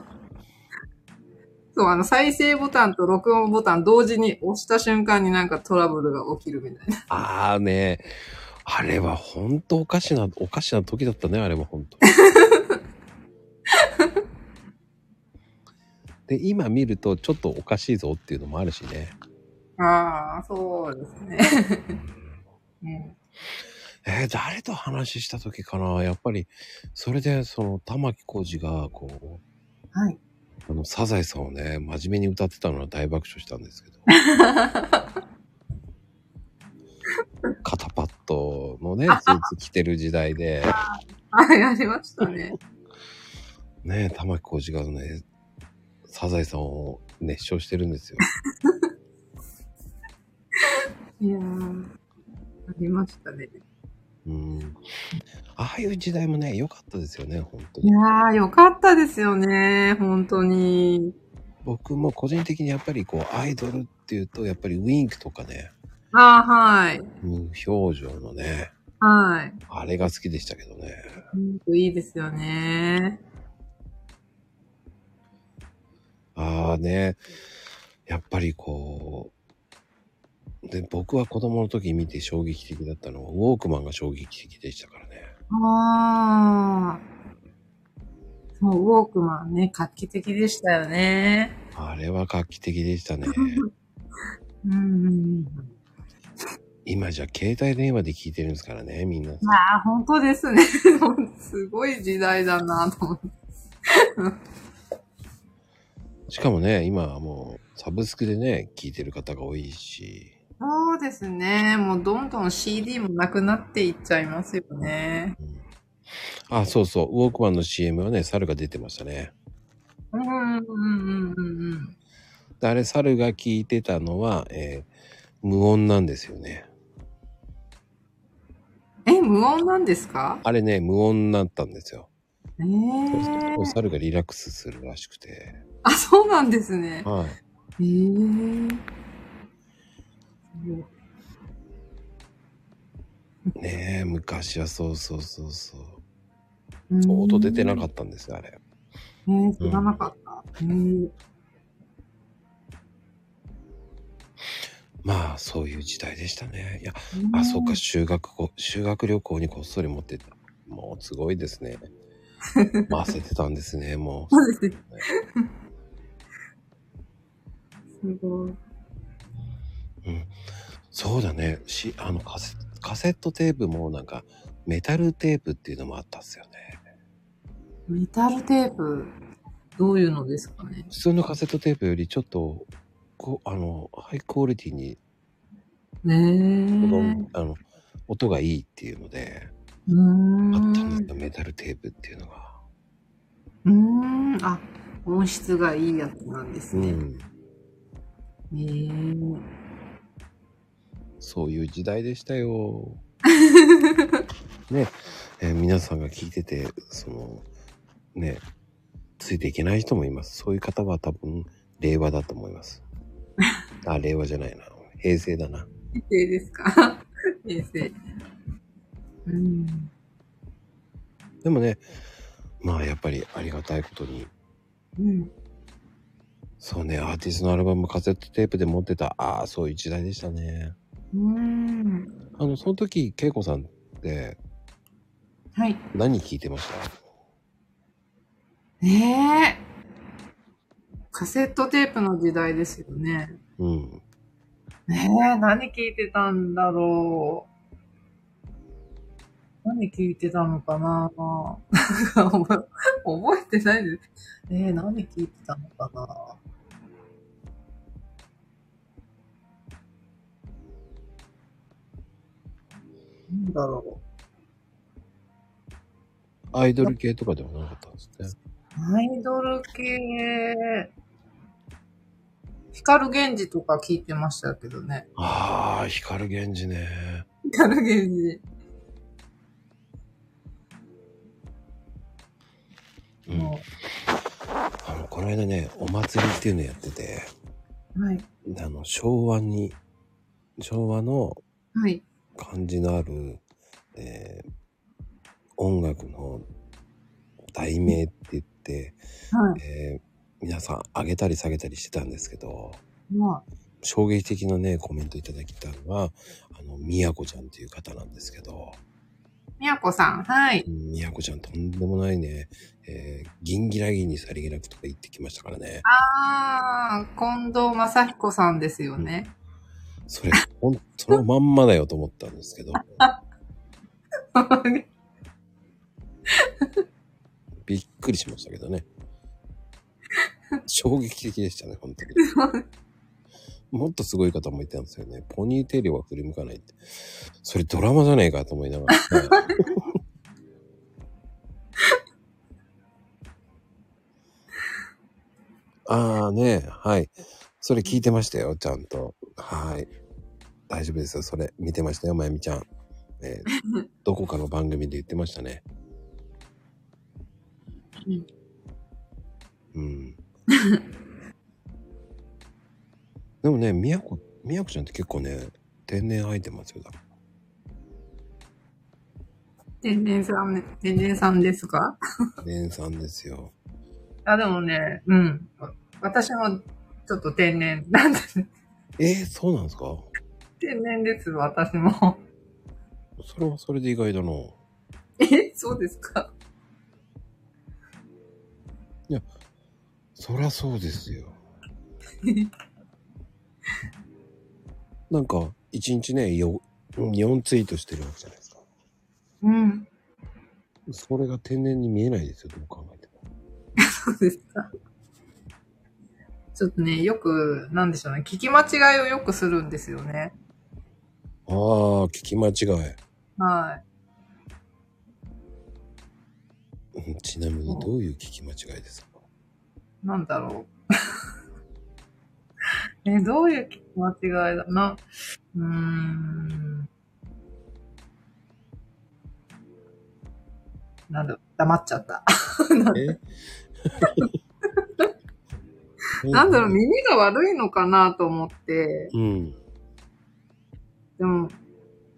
S2: とあの再生ボタンと録音ボタン同時に押した瞬間になんかトラブルが起きるみたいな。
S1: ああね、あれは本当おかしな、おかしな時だったね、あれは本当。で、今見るとちょっとおかしいぞっていうのもあるしね。
S2: ああ、そうですね。 うん
S1: えー誰と話した時かなやっぱり、それでその玉置浩二が、こ
S2: はい。
S1: う、あの、サザエさんをね、真面目に歌ってたのは大爆笑したんですけど。肩パッドのね、スーツ着てる時代で。
S2: はい、ありましたね。
S1: ねえ、玉置浩二がね、サザエさんを熱唱してるんですよ。
S2: いやーありましたね。
S1: うん。ああいう時代もね、良かったですよね、本当
S2: い
S1: に。
S2: やーよかったですよね。本当に。
S1: 僕も個人的にやっぱりこう、アイドルっていうと、やっぱりウィンクとかね、
S2: ああ、はい。
S1: 無表情のね、
S2: はい。
S1: あれが好きでしたけどね。
S2: 本当いいですよね。
S1: ああね、やっぱりこう、で、僕は子供の時見て衝撃的だったのは、ウォークマンが衝撃的でしたからね。
S2: ああ。そう、ウォークマンね、画期的でしたよね。
S1: あれは画期的でしたね。
S2: うんうんうん。
S1: 今じゃ携帯電話で聞いてるんですからね、みんな。
S2: ああ、本当ですね。 すごい時代だなと思って。
S1: しかもね、今はもうサブスクでね、聞いてる方が多いし、
S2: そうですね。もうどんどん CD もなくなっていっちゃいますよね。
S1: うんあ、そうそう、ウォークマンの CM はね、猿が出てましたね。
S2: うんうんうんうんうん。
S1: であれ、猿が聞いてたのは、えー無音なんですよね。
S2: え、無音なんですか
S1: あれね、無音になったんですよ。
S2: ええ
S1: お猿がリラックスするらしくて。
S2: あ、そうなんですね。
S1: はい。
S2: ええ
S1: ねえ、昔はそうそうそうそう。
S2: 音
S1: 音出てなか
S2: っ
S1: ったんですよ、あれ。
S2: た。ええ知らなかった。ええ
S1: まあ、そういう時代でしたね。いや、あ、そうか、修学校、修学旅行にこっそり持ってった。もう、すごいです ね。回せてたんですね、もう。
S2: そうですすごい。
S1: そうだね。し、あの、カセカセットテープもなんか、メタルテープっていうのもあったっすよね。
S2: メタルテープ、どういうのですかね。
S1: 普通のカセットテープよりちょっと、こう、あの、ハイクオリティに、
S2: ねえ
S1: あの、音がいいっていうので、
S2: うーん。
S1: あったんですよ、メタルテープっていうのが。
S2: うーん。あ、音質がいいやつなんです
S1: う
S2: ね。
S1: ん。
S2: ええ
S1: そういう時代でしたよ。ね、えー皆さんが聞いてて、その、ね、ついていけない人もいます。そういう方は多分、令和だと思います。あ、令和じゃないな。平成だな。
S2: 平成ですか 平成。うん。
S1: でもね、まあやっぱりありがたいことに、
S2: うん。
S1: そうね、アーティストのアルバムカセットテープで持ってた、ああ、そういう時代でしたね。
S2: うーん。
S1: あの、その時、恵子さんって
S2: はい。
S1: 何聞いてました
S2: ええカセットテープの時代ですよね。
S1: うん。
S2: ねえ、何聞いてたんだろう。何聞いてたのかな覚えてないです。ええ何聞いてたのかななんだろ
S1: アイドル系とかではなかったんですね。
S2: う。アイドル系、光源氏とか聞いてましたけどね。
S1: ああ、光源氏ね。
S2: 光源氏。
S1: うん。あの、この間ね、お祭りっていうのやってて、
S2: はい。
S1: あの、昭和に、昭和の
S2: はい。
S1: 感じのある、えー音楽の題名って言って、
S2: はい。
S1: えー皆さん上げたり下げたりしてたんですけど、
S2: まあ、
S1: 衝撃的なね、コメントいただきたのは、あの、みやこちゃんという方なんですけど、
S2: みやこさん、はい。
S1: うんみやこちゃんとんでもないね、えー、銀ギラギンにさりげなくとか言ってきましたからね。
S2: あー、近藤正彦さんですよね。
S1: それ、ほん、そのまんまだよと思ったんですけど、びっくりしましたけどね。衝撃的でしたね、本当に。もっとすごい方もいたんですよね。ポニーテールは振り向かないって。それドラマじゃねえかと思いながらね、ああね、はい。それ聞いてましたよ、ちゃんと。はい。大丈夫ですよ、それ。見てましたよ、まゆみちゃん。えーどこかの番組で言ってましたね。うん。でもね、みやこ、みやこちゃんって結構ね、天然入ってますよ、多分
S2: 天然さんね、天然さんですか
S1: 天然さんですよ。
S2: あ、でもね、うん。私もちょっと天然なんです。
S1: えー、そうなんですか
S2: 天然です、私も。
S1: それはそれで意外だな。
S2: え、そうですか
S1: そりゃそうです よ。なんか、一日ね、よ、4ツイートしてるわけじゃないですか。
S2: うん。
S1: それが天然に見えないですよ、どう考えても。
S2: そうですか。ちょっとね、よく、なんでしょうね、聞き間違いをよくするんですよね。
S1: ああ、聞き間違い。
S2: は
S1: うんちなみにどういう聞き間違いですか
S2: い。なんだろう。 え、どういう聞き間違いだな。うーん。なんだ、黙っちゃった。
S1: え
S2: なんだろう、耳が悪いのかなと思って。
S1: うん。
S2: でも、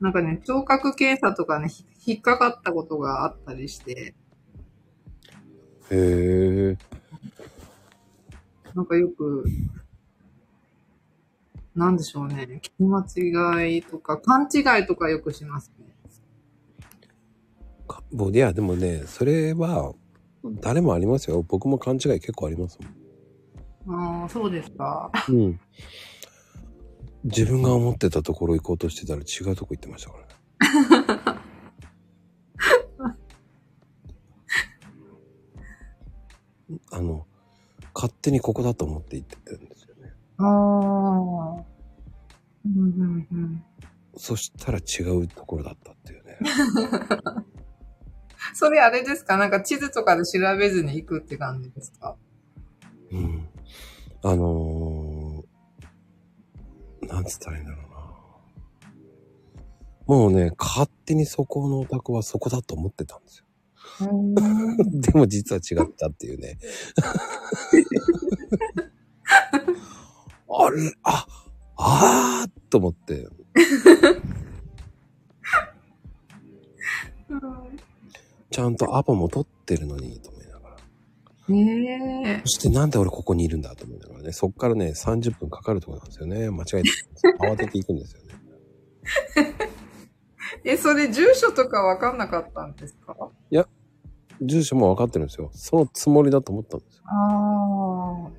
S2: なんかね、聴覚検査とかね、ひ引っかかったことがあったりして、
S1: へえ。
S2: なんかよく、なんでしょうね、聞き間違いとか、勘違いとかよくしますね。
S1: かぼいや、でもね、それは、誰もありますよ。僕も勘違い結構あります
S2: ああ、そうですか。
S1: もん。うん。自分が思ってたところ行こうとしてたら違うとこ行ってましたからね。あの、勝手にここだと思って行ってるんですよね。
S2: ああ。うんうんうん。
S1: そしたら違うところだったっていうね。
S2: それあれですかなんか地図とかで調べずに行くって感じですか
S1: うん。あのー、なんつったらいいんだろうな。もうね、勝手にそこのお宅はそこだと思ってたんですよ。 でも実は違ったっていうね。 あれ、あ、あーっと思って。ちゃんとアポも取ってるのに、と思いながら。
S2: ねえ
S1: そしてなんで俺ここにいるんだと思いながらね、そっからね、30分かかるところなんですよね。間違えて、慌てていくんですよね。
S2: え、それ住所とかわかんなかったんですか
S1: 住所も分かってるんですよ。そのつもりだと思ったんですよ。
S2: ああ。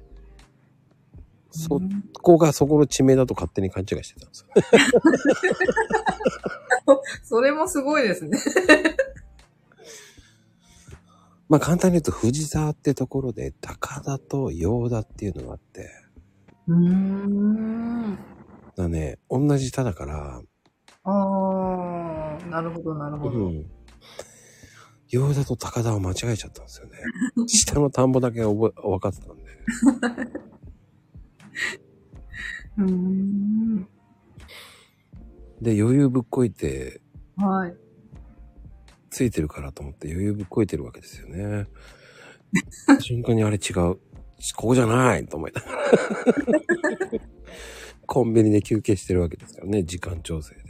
S1: そこがそこの地名だと勝手に勘違いしてたんですよ。
S2: それもすごいですね。
S1: まあ簡単に言うと、藤沢ってところで、高田と洋田っていうのがあって、だか
S2: うーん。
S1: らね、同じ田だから、
S2: ああ、なるほど、なるほ
S1: う
S2: ど。
S1: ん。洋田と高田を間違えちゃったんですよね。下の田んぼだけ覚え分かってたんで。
S2: うーん。
S1: で、余裕ぶっこいて、
S2: はい。
S1: ついてるからと思って余裕ぶっこいてるわけですよね。その瞬間にあれ違う。ここじゃないと思いながら。コンビニで休憩してるわけですからね、時間調整で。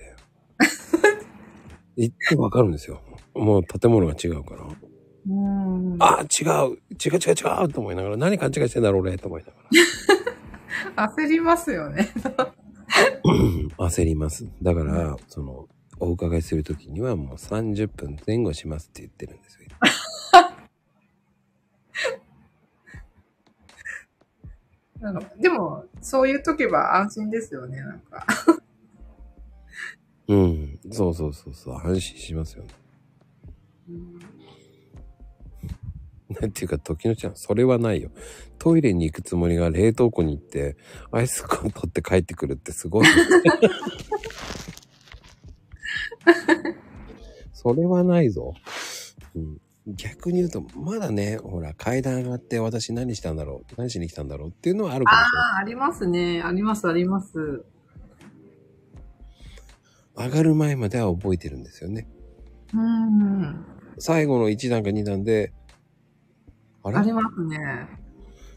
S1: 行ってわかるんですよ。もう建物が違うから。
S2: うん。
S1: ああ、違う違う違う違うと思いながら、何勘違いしてんだろう俺と思いながら。
S2: 焦りますよね。
S1: 焦ります。だから、その、お伺いするときにはもう30分前後しますって言ってるんですよ。
S2: なんかでも、そう言っとけば安心ですよね、なんか。
S1: うん。そうそうそうそう。安心しますよね。 なんていうか、時のちゃん、それはないよ。トイレに行くつもりが冷凍庫に行って、アイスコーン取って帰ってくるってすごい。 それはないぞ。うん逆に言うと、まだね、ほら、階段上がって私何したんだろう何しに来たんだろうっていうのはあるかもしれない。
S2: あ、ありますね。あります、あります。
S1: 上がる前までは覚えてるんですよね。
S2: うん。
S1: 最後の1段か2段で、あれ
S2: ありますね。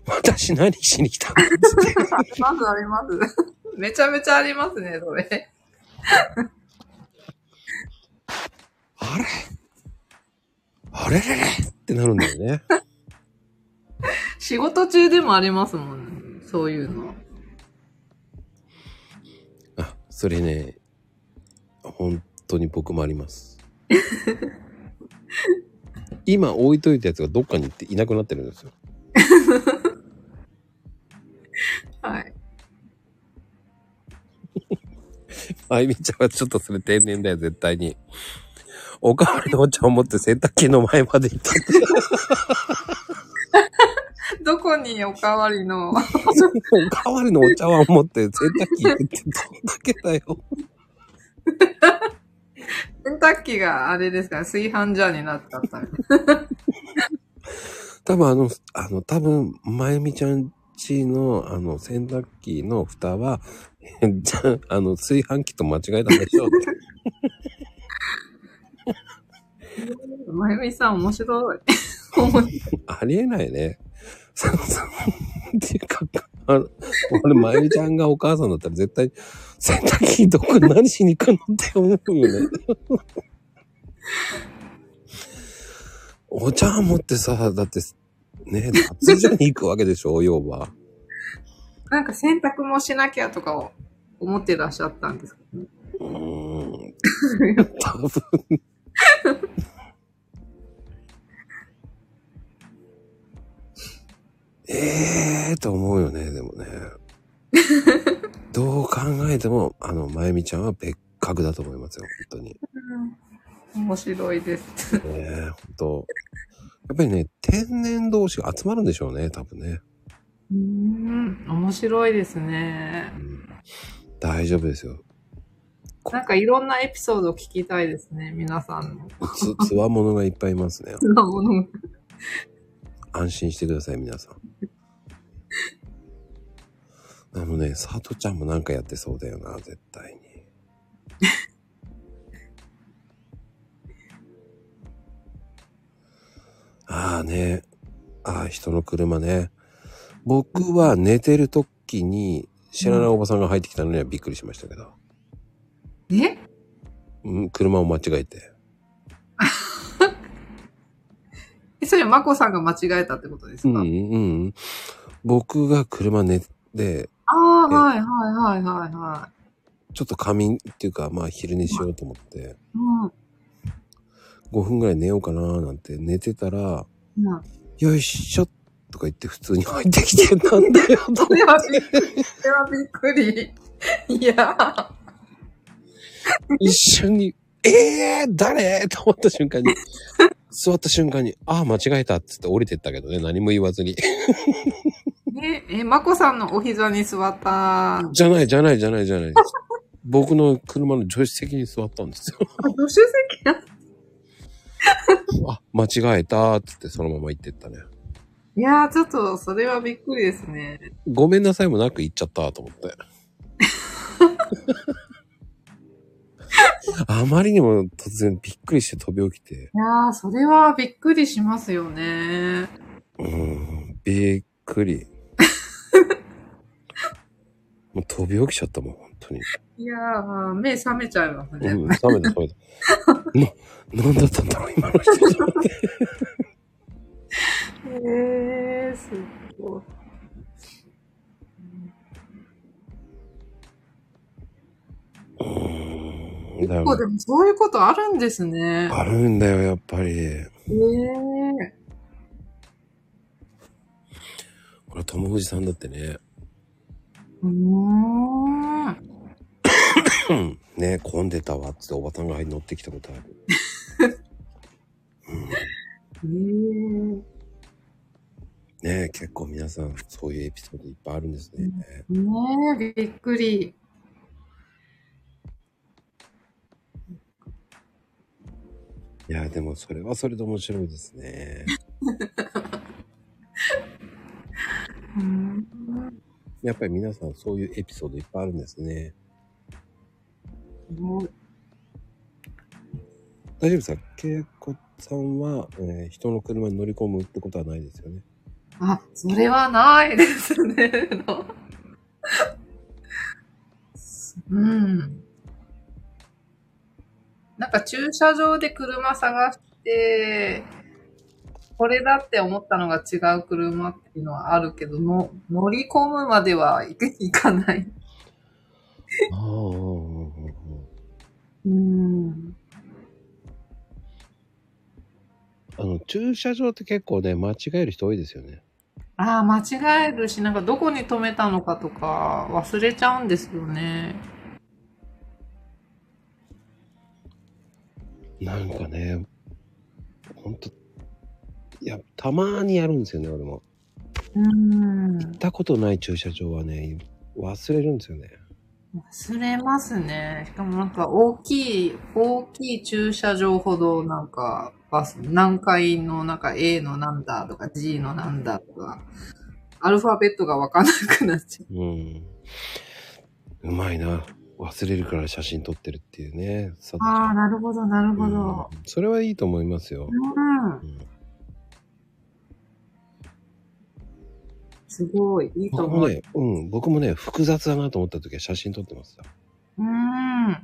S1: 私何しに来たの
S2: あります、あります。 めちゃめちゃありますね、それ。
S1: あれあれれれってなるんだよね。
S2: 仕事中でもありますもんね。そういうの。
S1: あ、それね、本当に僕もあります。今置いといたやつがどっかに行っていなくなってるんですよ。
S2: はい。
S1: あゆみちゃんはちょっとそれ天然だよ、絶対に。おかわりのお茶を持って洗濯機の前まで行った。
S2: どこにおかわりの、
S1: おかわりのお茶碗を持って洗濯機行くってどんだけだよ。
S2: 洗濯機があれですから、炊飯ジャーになっちゃった。
S1: 多分あの、あの、多分、まゆみちゃんちの、あの、洗濯機の蓋は、 じゃあ、あの、炊飯器と間違えたんでしょうって。
S2: まゆみさん面白い。面白い
S1: ありえないね。 そうそう。っていうか、あの、俺、まゆみちゃんがお母さんだったら絶対、洗濯機どこ何しに行くのって思うよね。 お茶碗持ってさ、だって、ね、脱衣所に行くわけでしょ、要は。
S2: なんか洗濯もしなきゃとかを思ってらっしゃったんですけどね。
S1: うーん。多分。ええと思うよね、でもね。どう考えても、あの、まゆみちゃんは別格だと思いますよ、本当に。
S2: 面白いです。
S1: ねえ、本当。やっぱりね、天然同士が集まるんでしょうね、多分ね。
S2: うーん、面白いですね
S1: う。ん、大丈夫ですよ。
S2: なんかいろんなエピソードを聞きたいですね、皆さんの。
S1: つ、つわものがいっぱいいますね。
S2: なも の
S1: 安心してください、皆さん。あのね、佐藤ちゃんもなんかやってそうだよな、絶対に。 ああね、ああ、人の車ね。僕は寝てる時に知らないおばさんが入ってきたのにはびっくりしましたけど。
S2: え
S1: うん、車を間違えて。
S2: えそれ、まこさんが間違えたってことで
S1: う
S2: す
S1: ん、
S2: か、
S1: うん。僕が車寝て、
S2: ああ、はいはいはいはいは
S1: ちょっと仮眠っていうか、まあ昼寝しようと思って、
S2: い。うん。
S1: 5分ぐらい寝ようかなーなんて寝てたら、
S2: うん
S1: よいしょとか言って普通に入ってきてなんだよと
S2: それはびっくり。それはびっくり。いやー
S1: 一瞬に、えー、誰と思った瞬間に、座った瞬間に、ああ、間違えたって言って降りてったけどね、何も言わずに。
S2: ねえ、まこさんのお膝に座った、
S1: じゃない、じゃない、じゃない、じゃない。僕の車の助手席に座ったんですよ。
S2: あ助手席な
S1: あ、間違えたって言ってそのまま行ってったね。
S2: いやー、ちょっと、それはびっくりですね。
S1: ごめんなさいもなく行っちゃったと思って。あまりにも突然びっくりして飛び起きて、
S2: いやー、それはびっくりしますよね。
S1: うーん、びっくり。 もう飛び起きちゃったもん、本当に。
S2: いやー、目覚めちゃいます
S1: う
S2: ね。
S1: ん、食べた食べた。な、なんだったんだろう、今の人。
S2: えー、すごい。
S1: うん。だ
S2: 結構
S1: よ
S2: でもそういうことあるんですね。
S1: あるんだよ、やっぱり。
S2: ええ
S1: これ、友藤さんだってね。
S2: ー。うーん。
S1: うんね、混んでたわっつっておばさんが乗ってきたことある。
S2: えー
S1: ね結構皆さん、そういうエピソードいっぱいあるんですね。
S2: ねえ、びっくり。
S1: いや、でもそれはそれで面白いですね。
S2: うん
S1: やっぱり皆さん、そういうエピソードいっぱいあるんですね。
S2: すごい
S1: 大丈夫ですか恵子さんは、えー人の車に乗り込むってことはないですよね。
S2: あ、それはないですね。うん。なんか駐車場で車探して、これだって思ったのが違う車っていうのはあるけど、の乗り込むまではいいかない。
S1: ああ、うんうんうん
S2: うん。
S1: あの、駐車場って結構ね、間違える人多いですよね。
S2: ああ、間違えるし、なんかどこに止めたのかとか忘れちゃうんですよね。
S1: なんかね、ほんと、いや、たまーにやるんですよね、俺も。
S2: うん。
S1: 行ったことない駐車場はね、忘れるんですよね。
S2: 忘れますね。しかもなんか大きい、大きい駐車場ほどなんかバス、何階のなんか A のなんだとか G のなんだとか、アルファベットがわかんなくなっちゃ
S1: うん。うまいな。忘れるから写真撮ってるっていうね。さ
S2: う。ああ、なるほど、なるほど。
S1: うんそれはいいと思いますよ。
S2: うん。
S1: うん
S2: すごい、いい
S1: 僕
S2: と思
S1: も
S2: う。
S1: ね、うん、僕もね、複雑だなと思った時は写真撮ってますよ。
S2: うん。
S1: うん。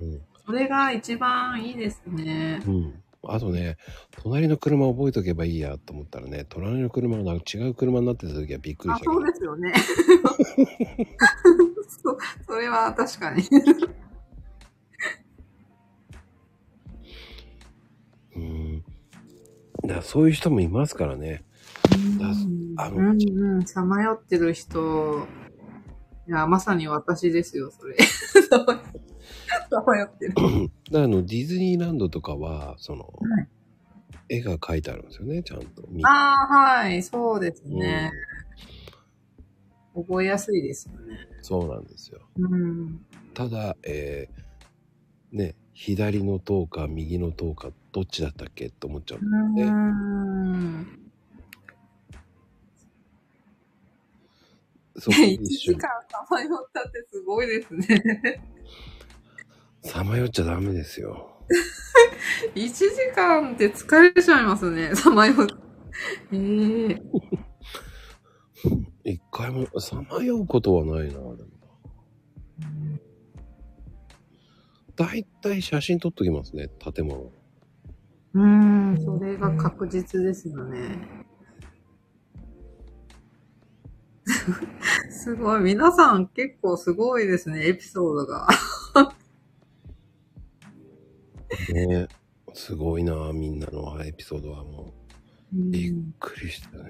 S2: それが一番いいですね。
S1: うん。あとね、隣の車覚えとけばいいやと思ったらね、隣の車がなんか違う車になってた時はびっくり
S2: あ
S1: し、たけど
S2: そうですよ ね。そそれは確かに。
S1: うん。だからそういう人もいますからね。あ
S2: う
S1: の
S2: んうん、さまよってる人、いや、まさに私ですよ、それ。 さまよってる。
S1: だからあの、ディズニーランドとかは、その、
S2: はい
S1: 絵が描いてあるんですよね、ちゃんと。み
S2: ああ、はい、そうです
S1: うん
S2: ね。覚えやすいですよね。
S1: そうなんですよ。
S2: うん。
S1: ただ、えー、ね、左の塔か右の塔か、どっちだったっけと思っちゃう。
S2: う
S1: ね
S2: ん。
S1: そこ で
S2: 1
S1: 一
S2: 時
S1: 瞬、
S2: 間さまよったってすごいですね。
S1: さまよっちゃダメですよ。
S2: 1時間って疲れちゃいますね、さまよって。ええ
S1: 一回も、さまようことはないな、でも。だいたい写真撮っときますね、建物。
S2: うん、それが確実ですよね。すごい。皆さん結構すごいですね、エピソードが。
S1: ね、すごいな、みんなのエピソードはもう、びっくりしたね。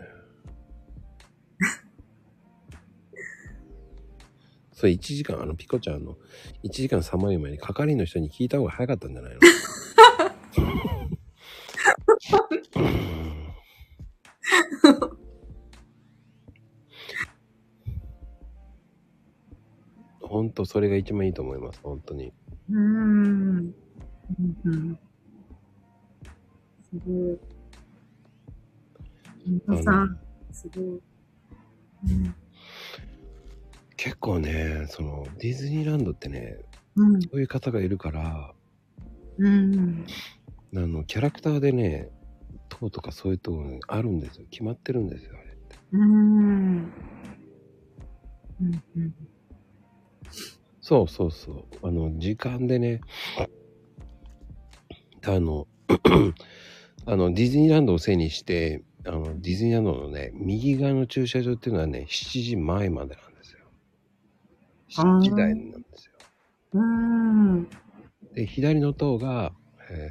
S1: それ1時間、あの、ピコちゃんの、1時間さまよう前に係員の人に聞いた方が早かったんじゃないの ほんとそれが一番いいと思います、本当に。
S2: うん。うんうん。すごい。皆さ
S1: あの
S2: ん、すごい。うん
S1: 結構ねそのディズニーランドってね
S2: うん。
S1: そういう方がいるからあ
S2: うん。
S1: のキャラクターでね塔とかそういうところにあるんですよ決まってるんですよあれって
S2: うん。うん。うん。
S1: そうそうそうあの時間でね あのあのディズニーランドを背にしてあの、ディズニーランドのね、右側の駐車場っていうのはね、7時前までなんですよ。7時台なんですよ。
S2: うーん。
S1: で、左の塔が、え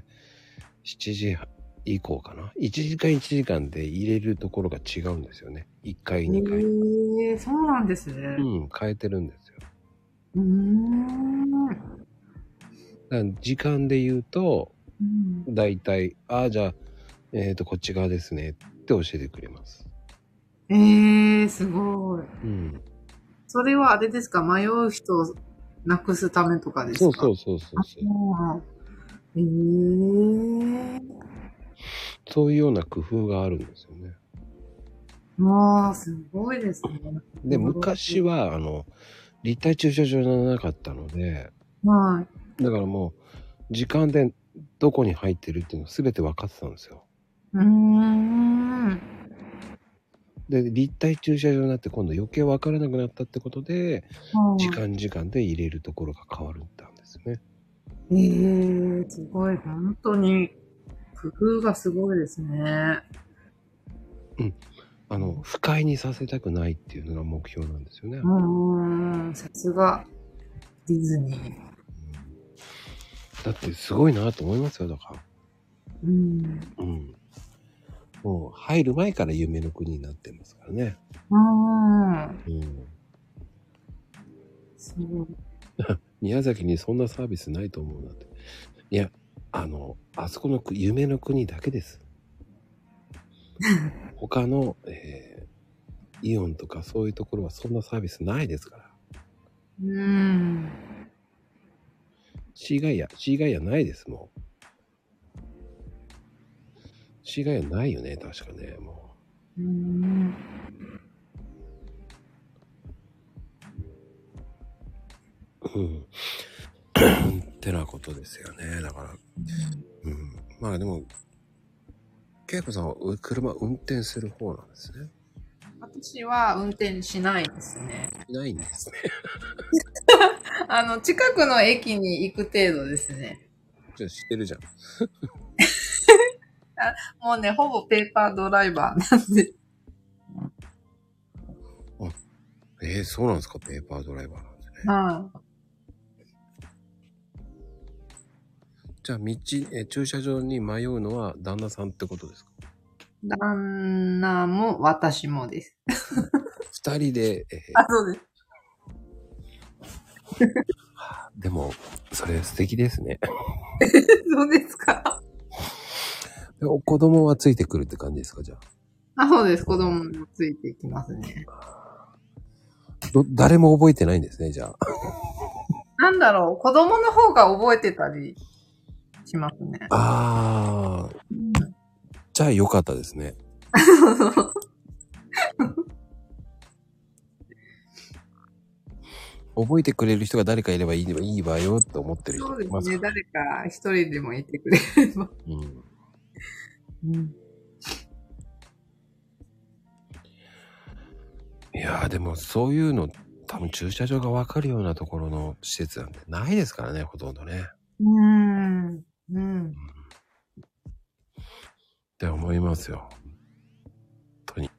S1: ー7時以降かな。1時間1時間で入れるところが違うんですよね。1回、2回。
S2: へえ、そうなんですね。
S1: うん、変えてるんですよ。
S2: うーん。う
S1: だから時間で言うと、
S2: ん
S1: だいたい、ああ、じゃあ、えっ、と、こっち側ですねって教えてくれます。
S2: ええ、すごい。
S1: うん。
S2: それはあれですか迷う人をなくすためとかですか
S1: そうそううそうそうそう。
S2: ええ
S1: そういうような工夫があるんですよね。
S2: まあ、すごいですね。
S1: で、昔
S2: は。
S1: は、あの、立体駐車場じゃなかったので、
S2: はい。
S1: だからもう、時間でどこに入ってるっていうの全て分かってたんですよ。
S2: うーん。
S1: で、立体駐車場になって今度余計分からなくなったってことで、
S2: はい
S1: 時間時間で入れるところが変わるんだんですね。
S2: ええすごい。本当に、工夫がすごいですね。
S1: あの、不快にさせたくないっていうのが目標なんですよね。
S2: うーん。さすが、ディズニー。
S1: だってすごいなと思いますよ、だか
S2: うん。
S1: ら。うん。もう入る前から夢の国になってますからね。
S2: ああ、
S1: うん。
S2: すごい。
S1: 宮崎にそんなサービスないと思うなんて。いや、あの、あそこの国夢の国だけです。他の、えーイオンとかそういうところはそんなサービスないですから。
S2: うん。
S1: シーガイア、シーガイアないです、もう。シーガイアないよね、確かね、も
S2: うん。
S1: う。うん。ってなことですよね、だから。うん。まあでも、ケイコさんはう車運転する方なんですね。
S2: 私は運転しないですね。
S1: いないんですね。
S2: あの、近くの駅に行く程度ですね。
S1: じゃあ知ってるじゃん。
S2: もうね、ほぼペーパードライバーなんで。
S1: えー、そうなんですか、ペーパードライバーなんです ね。
S2: は
S1: じゃあ、道、えー駐車場に迷うのは旦那さんってことですか
S2: い。旦那も私もです。
S1: 二人で、えー
S2: あ、そうです。
S1: でも、それ素敵ですね。
S2: そうですか。
S1: でお子供はついてくるって感じですか、じゃ
S2: あ、そうです。子供もついていきますね。
S1: あ。ど、誰も覚えてないんですね、じゃあ。
S2: なんだろう、子供の方が覚えてたりしますね。
S1: あー、じゃあよかったです ね。覚えてくれる人が誰かいればいいいいわよって思ってる人
S2: そう
S1: い
S2: で
S1: ます
S2: す
S1: から
S2: ね。誰か一人でもいてくれ。
S1: うん。
S2: うん。
S1: いやーでもそういうの多分駐車場がわかるようなところの施設なんてないですからね、ほとんどね。
S2: うん。うん。
S1: って思いますよ。本当に。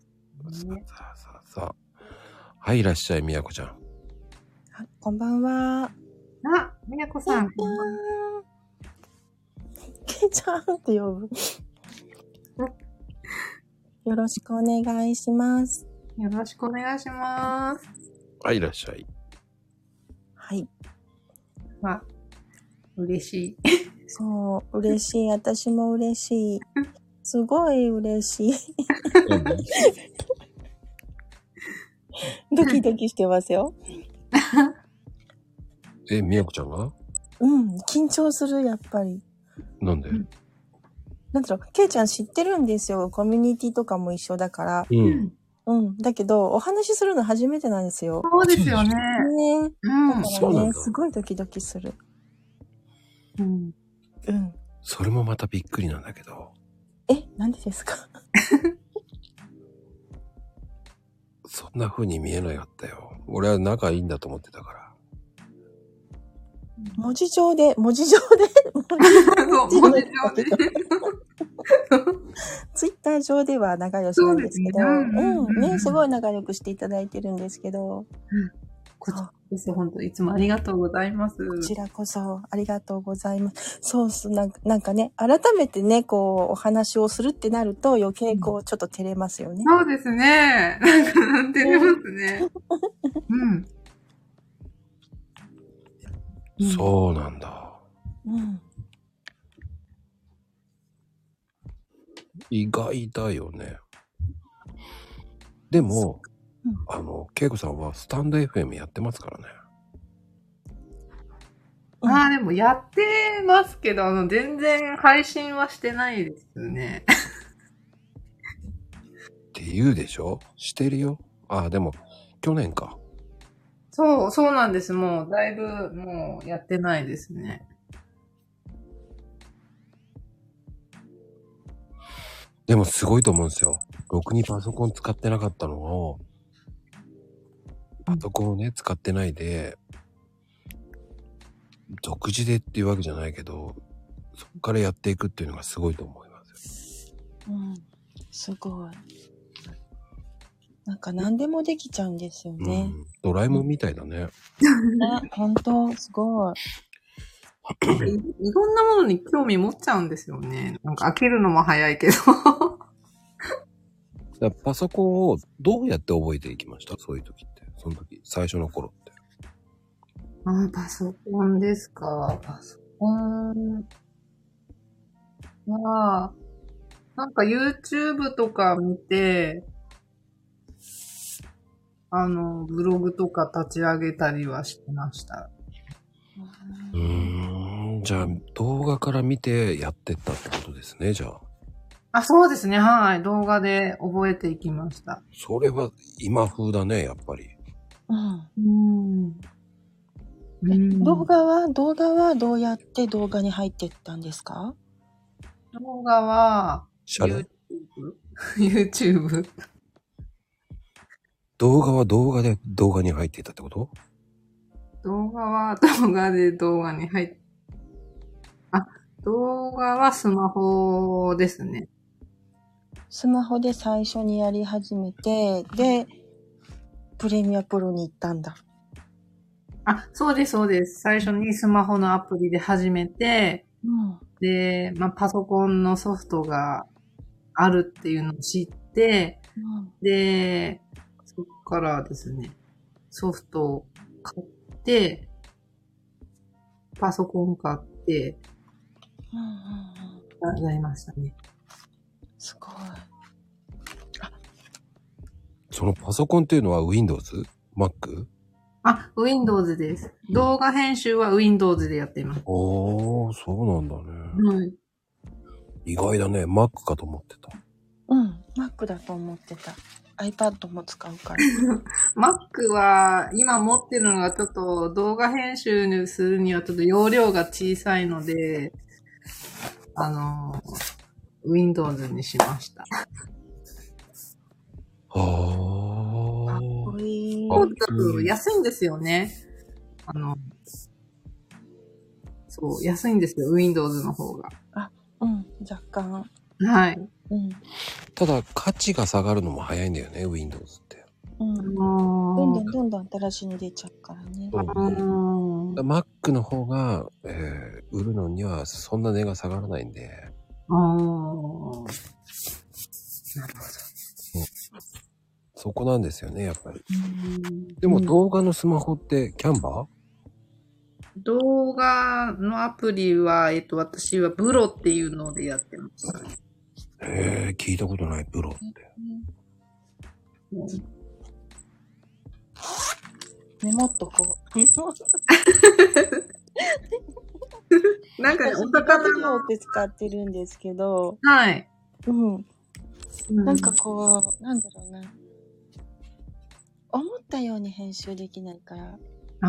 S1: さ
S2: ね
S1: あさあさあ。はい、いらっしゃい、みやこちゃん。
S3: あこんばんは。
S2: あ、みやこさん。こんばんは
S3: けいちゃんって呼ぶ。よろしくお願いします。
S2: よろしくお願いします。
S1: はい、いらっしゃい。
S3: はい。
S2: あ、嬉し
S3: そう、嬉 しい。私も嬉しい。すごい嬉しい。ドキドキしてますよ。
S1: え、みやこちゃんが
S3: うん、緊張する、やっぱり。
S1: なんで
S2: うん
S3: なんだろう、けいちゃん知ってるんですよ。コミュニティとかも一緒だから。
S1: う
S2: い。
S1: ん。。
S3: うん。だけど、お話しするの初めてなんですよ。
S2: そうですよね。
S3: ね
S2: うん。
S3: だ
S1: そう
S3: か
S1: な
S3: ら
S1: ん
S3: ね、
S1: だ
S3: すごいドキドキする。
S2: うん
S3: うん。
S1: それもまたびっくりなんだけど、
S3: え、なんでですか
S1: そんな風に見えなかったよ。俺は仲いいんだと思ってたから。
S3: 文字上で、文字上で、
S2: そう、文字上で。
S3: ツイッター上では仲良しなんですけど、う
S2: そうですねうんうんうん
S3: ん、ね、すごい仲良くしていただいてるんですけど、
S2: こちらこそ本当いつもありがとうございます。
S3: こちらこそありがとうございます。そうそう、なんかなんかね、改めてね、こう、お話をするってなると余計こう、ちょっと照れますよね。
S2: そうですね。なんか、なんて言いますね。うん。うん
S1: そうなんだ。
S3: うん。
S1: 意外だよね。でも、
S3: うん
S1: あの、恵子さんはスタンド FM やってますからね。
S2: ああ、でもやってますけど、あの、全然配信はしてないですよね。
S1: って言うでしょしてるよ。あ、でも、去年か。
S2: そう、そうなんです。もう、だいぶ、もう、やってないですね。
S1: でもすごいと思うんですよ。ろくにパソコン使ってなかったのを、パソコンをね、使ってないで、独自でっていうわけじゃないけど、そこからやっていくっていうのがすごいと思いますよ。
S3: うん。すごい。なんか何でもできちゃうんですよね。
S1: うん、ドラえもんみたいだね。
S3: ね、本当すごい。
S2: いいろんなものに興味持っちゃうんですよね。なんか、飽きるのも早いけど。
S1: だからパソコンをどうやって覚えていきましたそういう時って。その時、最初の頃って。
S2: ああ、パソコンですか。パソコンは、なんか YouTube とか見て、あの、ブログとか立ち上げたりはしてました。
S1: うーん。じゃあ、動画から見てやってったってことですね、じゃあ。
S2: あ、そうですね。はい。動画で覚えていきました。
S1: それは今風だね、やっぱり。
S3: うん。
S2: うん。うん
S3: 動画は、動画はどうやって動画に入ってったんですか
S2: 動画は、
S1: シャレ
S2: YouTube。
S1: 動画は動画で動画に入っていたってこと
S2: 動画は動画で動画に入っ、あ、動画はスマホですね。
S3: スマホで最初にやり始めて、で、プレミアプロに行ったんだ。
S2: あ、そうです、そうです。最初にスマホのアプリで始めて、
S3: うん。
S2: で、まあ、パソコンのソフトがあるっていうのを知って、で、そこからですね、ソフトを買って、パソコン買って、
S3: うん。うん。
S2: ややりましたね。
S3: すごい。
S1: そのパソコンっていうのは Windows? Mac?
S2: あ、Windows です。動画編集は Windows でやっています。
S1: おー、そうなんだね。
S2: はい。
S1: 意外だね。Mac かと思ってた。
S3: うん。Mac だと思ってた。iPad も使うから。
S2: Mac は今持ってるのがちょっと動画編集にするにはちょっと容量が小さいので、あの、Windows にしました。
S1: あー。
S3: こいい。
S1: あ
S2: Windows だと安いんですよね。あの、そう、安いんですよ、Windows の方が。
S3: うん。若干。
S2: はい。
S3: うん。
S1: ただ価値が下がるのも早いんだよね、Windows って。
S3: うん。
S2: あ
S3: どん
S2: の
S3: どんどんどん新しいの出ちゃうからね。
S1: そう
S2: ーうん
S1: だ Mac の方が、えー売るのにはそんな値が下がらないんで。
S2: あーなるほ
S1: そこなんですよね、やっぱり。
S2: ど。
S1: でも動画のスマホってキャンバ
S2: 動画のアプリは、えっと、私はブロっていうのでやってます。
S1: ーえー、聞いたことない、プロって。
S3: メモっとこう。メモっとこ
S2: なんかね、
S3: う。
S2: お魚
S3: メモ
S2: の
S3: っ。て使ってるんですけど、
S2: はい。
S3: うん。
S2: な
S3: なんか、こう、なんだろうな。思ったように編集できないから。
S2: ああ、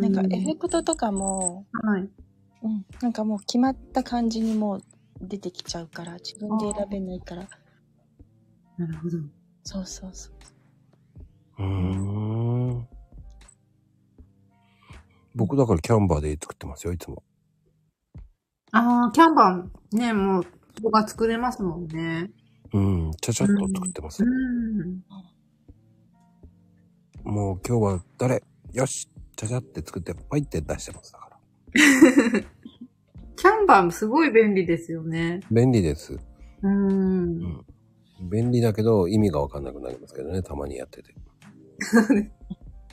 S3: なんかエフェクトとかも、
S2: はい。
S3: うん、なんかもう決まった感じにもう出てきちゃうから、自分で選べないから。
S2: なるほど。
S3: そうそうそ
S1: う
S3: う。
S1: ーん。僕だからキャンバーで作ってますよ、いつも。
S2: ああ、キャンバーね、もう、動画作れますもんね。
S1: うん、ちゃちゃっと作ってます。
S2: うん。
S1: もう今日は誰よしちゃちゃって作って、パイって出してますだから。
S2: キャンバーもすごい便利ですよね。
S1: 便利です。
S2: うん。
S1: 便利だけど意味がわかんなくなりますけどね、たまにや ってて。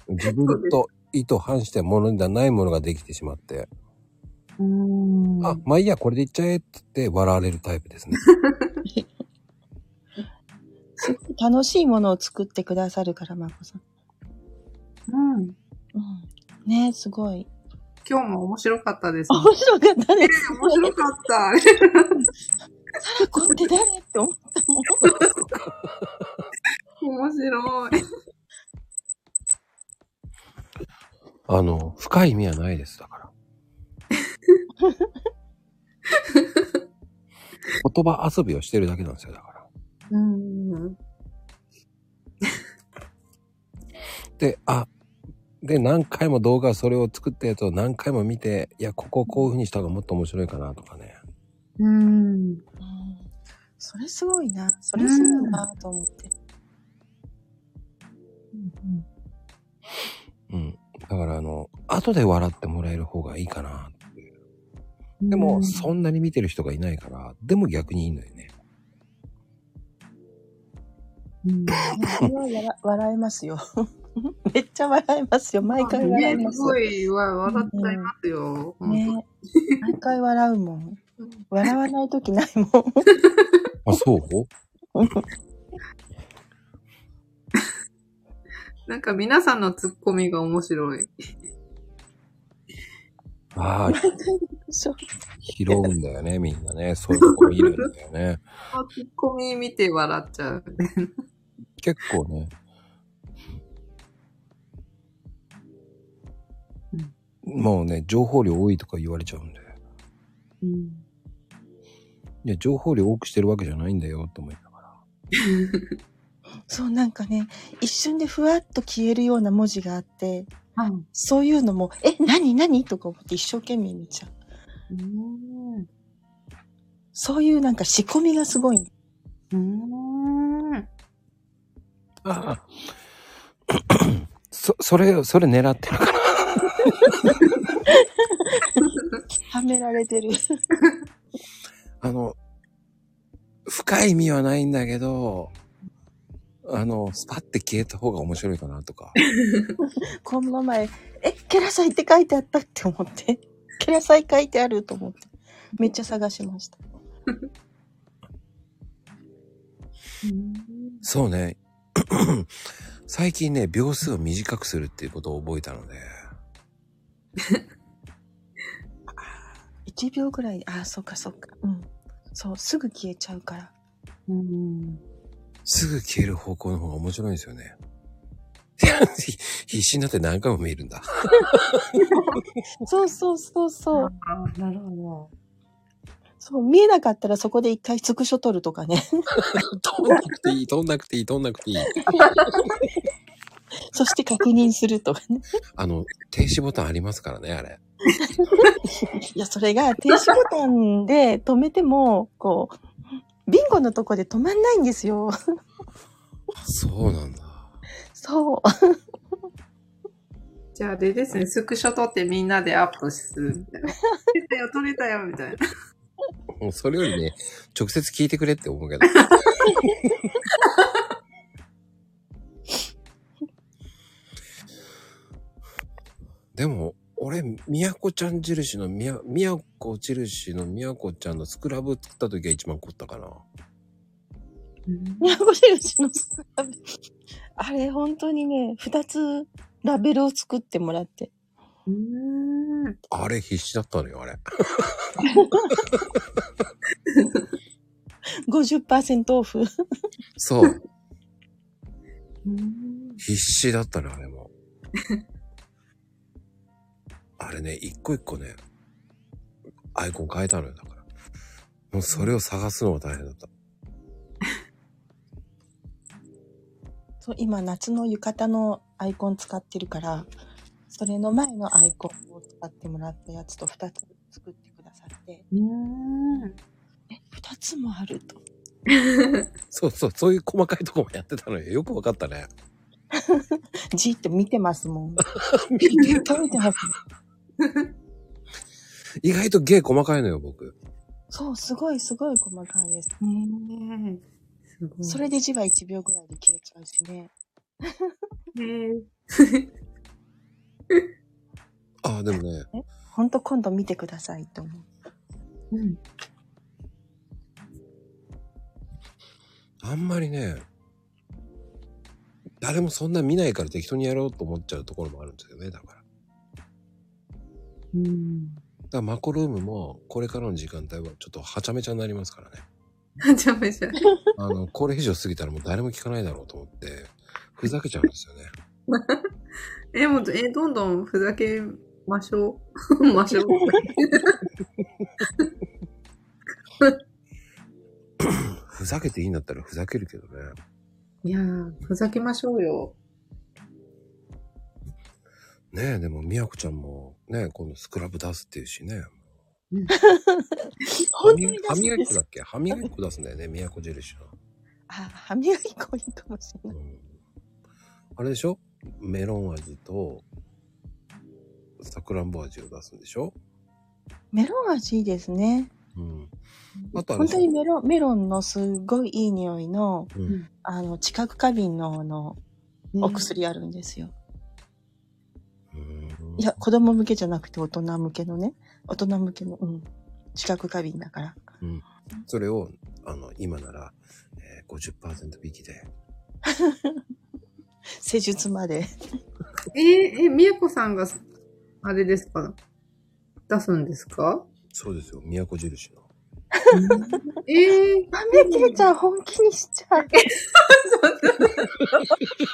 S1: 自分と意図反してものではないものができてしまって、
S2: うん。
S1: あ、まあいいや、これでいっちゃえって言って笑われるタイプですね。
S3: すごい楽しいものを作ってくださるから、まこさん。
S2: うん。
S3: うん。ねすごい。
S2: 今日も面白かったですね。
S3: 面白かったです。
S2: 面白かった。
S3: タコって誰って思ったもん。
S2: 面白い。
S1: あの、深い意味はないです、だから。言葉遊びをしてるだけなんですよ、だから。
S2: うん。
S1: で、あ、で、何回も動画、それを作ったやつを何回も見て、いや、ここをこういう風にした方がもっと面白いかなとかね。
S2: うん。
S3: うんそれすごいな。それすごいなと思って。
S1: うん。だから、あの、後で笑ってもらえる方がいいかな。でも、そんなに見てる人がいないから、でも逆にいいんだよね。
S2: うん。
S3: それはやら笑えますよ。 めっちゃ笑えますよ。毎回笑え
S2: ね
S3: ます
S2: す。ごいわ笑っちゃいますよ。本
S3: ね毎回笑うもん
S2: うん。
S3: 笑わないときないもん。
S1: あ、そう
S2: 当なんか皆さんのツッコミが面白い。
S1: ああ、
S3: そう
S1: 拾うんだよね、みんなね。そういうところいるんだよね。
S2: あツッコミ見て笑っちゃう。
S1: 結構ね。もうね、情報量多いとか言われちゃうんで。
S2: うん。
S1: いや、情報量多くしてるわけじゃないんだよ、と思いながら。
S3: そう、なんかね、一瞬でふわっと消えるような文字があって、
S2: はい。
S3: そういうのも、え、何何とか思って一生懸命見ちゃ
S2: う
S3: う。
S2: ん。
S3: そういうなんか仕込みがすごい。
S2: うん。
S1: ああそ、それ、それ狙ってるから。
S3: はめられてる。
S1: あの、深い意味はないんだけど、あの、スパって消えた方が面白いかな とか。
S3: この前、え、ケラサイって書いてあったって思って。ケラサイ書いてあると思って。めっちゃ探しました。
S1: そうね。 最近ね、秒数を短くするっていうことを覚えたので。
S3: 1秒ぐらいで、ああ、そっかそっか。うん。そう、すぐ消えちゃうから。
S2: うん。
S1: すぐ消える方向の方が面白いんですよね。 いやひ必死になって何回も見るんだ。
S3: そうそうそうそう。
S2: あ、なるほ
S3: そう、見えなかったらそこで一回スクショ撮るとかね。
S1: 飛んなくていい、 飛んなくていい、飛んなくていい。
S3: そして確認するとかね。
S1: あの、停止ボタンありますからね、あれ。
S3: いや、それが停止ボタンで止めても、こう、ビンゴのとこで止まんないんですよ。
S1: そうなんだ。
S3: そう。
S2: ど。じゃあ、でですね、スクショ撮ってみんなでアップするみたいな。撮れたよ、撮れたよ、みたいな。
S1: もうそれよりね、直接聞いてくれって思うけど。 でも、俺、みやこちゃん印のみや、みやこ印のみやこちゃんのスクラブ作った時が一番凝ったかな。
S3: 宮古印のスクラブ。あれ、本当にね、二つラベルを作ってもらって。
S2: うん。
S1: あれ必死だったのよ、あれ。
S3: 50%オフ。
S1: そう。
S2: うん。
S1: 必死だったね、あれも。あれね、一個一個ね、アイコン変えたのよ、だから。もうそれを探すのが大変だった。
S3: そう今、夏の浴衣のアイコン使ってるから、それの前のアイコンを使ってもらったやつと2つ作ってくださって、
S2: うん。
S3: え、2つもあると。
S1: そうそう、そういう細かいとこもやってたのよ。よくわかったね。
S3: じーっと見てますも ん。見てます。
S1: 意外と芸細かいのよ、僕。
S3: そう、すごいすごい細かいです。
S2: ねえ。すごい。
S3: それで字は1秒ぐらいで消えちゃうしね。
S2: ね
S1: ああ、でもね、
S3: ほんと今度見てくださいと思う。
S2: うん。
S1: あんまりね、誰もそんな見ないから適当にやろうと思っちゃうところもあるんですよね、だから。だか
S2: うん。
S1: らマコルームも、これからの時間帯はちょっとはちゃめちゃになりますからね。
S2: はちゃめちゃ。
S1: あの、これ以上過ぎたらもう誰も聞かないだろうと思って、ふざけちゃうんですよね。
S2: え、もう、え、どんどんふざけましょう。ましょう。
S1: ふざけていいんだったらふざけるけどね。
S2: いやー、ふざけましょうよ。
S1: ねえ、でも、みやこちゃんも、ねえ、今度スクラブ出すっていうしね。
S3: 本当に
S1: 歯
S3: 出す
S1: 磨き
S3: んで
S1: 粉
S3: す
S1: だっけ歯磨き粉出すんだよね、みやこ印の。
S3: あ、歯磨き粉いいかもしれ
S1: う
S3: ない。
S1: んあれでしょメロン味と、さくらんぼ味を出すんでしょ
S3: メロン味いいですね。
S1: うん。あとあれ
S3: 本当にメロン、メロンのすごいいい匂いの、
S1: うん
S3: あの、知覚過敏の、あの、お薬あるんですよ。
S1: うん
S3: いや、子供向けじゃなくて大人向けのね。大人向けの、うん。知覚過敏だから。
S1: それを、あの、今なら、えー、50%引きで。
S3: 施術まで。
S2: えーえ、みやこさんが、あれですか出すんですか
S1: そうですよ、みやこ印の。
S2: えー、
S3: あ、めきれちゃん本気にしちゃう。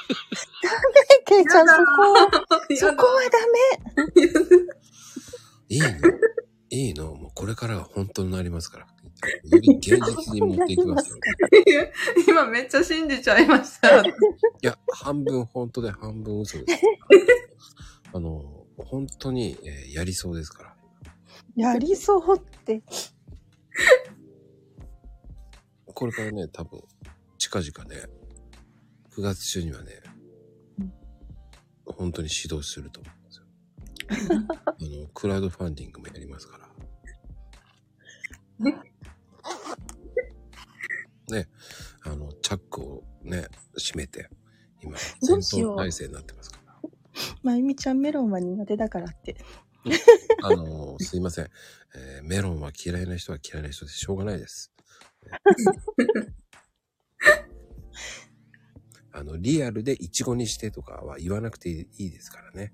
S3: ダメ、けいちゃん、そこは、そこはダメ。
S1: いいのいいのもうこれからが本当になりますから。より現実に持っていきますよ。
S2: 今めっちゃ信じちゃいました。
S1: いや、半分本当で半分嘘です。あの、本当に、えーやりそうですから。
S3: やりそうって。
S1: これからね、多分、近々ね、9月中にはね
S3: うん、
S1: 本当に指導すると思うんですよ。あ の、クラウドファンディングもやりますから。ね、あの、チャックをね、閉めて、今、
S3: ど
S1: 戦
S3: うしよ
S1: 闘
S3: う
S1: 体制になってますから。
S3: まゆみちゃん、メロンは苦手だからって。
S1: あの、すいません、えーメロンは嫌いな人は嫌いな人でしょうがないです。あの、リアルでイチゴにしてとかは言わなくていいですからね。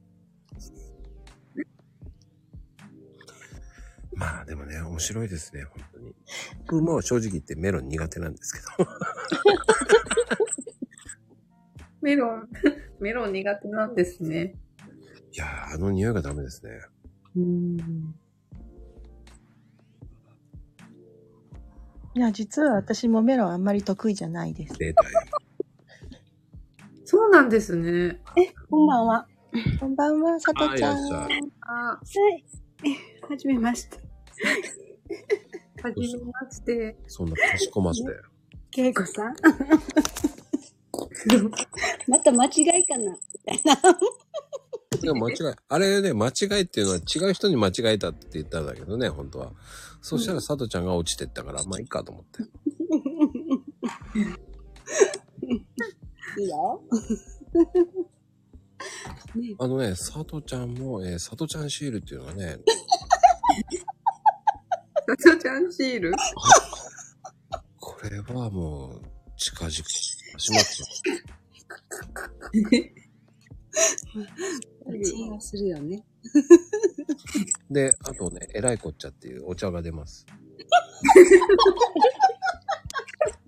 S1: まあでもね、面白いですね、本当に。僕も正直言ってメロン苦手なんですけど。
S2: メロン、メロン苦手なんですね。
S1: いやー、あの匂いがダメですね。
S2: うん。
S3: いや、実は私もメロンあんまり得意じゃないです。
S1: データよ
S2: そうなんですね。
S4: え、こんばんは。
S3: こんばんは、さ
S1: あー
S3: とちゃ
S1: いらっしゃ
S2: あ、
S3: ん。
S4: はい。えはじめま して。
S2: はじめまして。
S1: そんなかしこまって。
S4: けいこさん。また間違いかな。
S1: いや、間違い。あれね、間違いっていうのは違う人に間違えたって言ったんだけどね、本当は。そしたら佐藤ちゃんが落ちてったから、まあいいかと思って。
S4: いいよ。
S1: あのね、佐藤ちゃんも、えー、佐藤ちゃんシールっていうのはね、
S2: さとちゃんシー ル
S1: これはもう、近々、しますよ。
S4: チンはするよね。
S1: で、あとね、えらいこっちゃっていうお茶が出ます。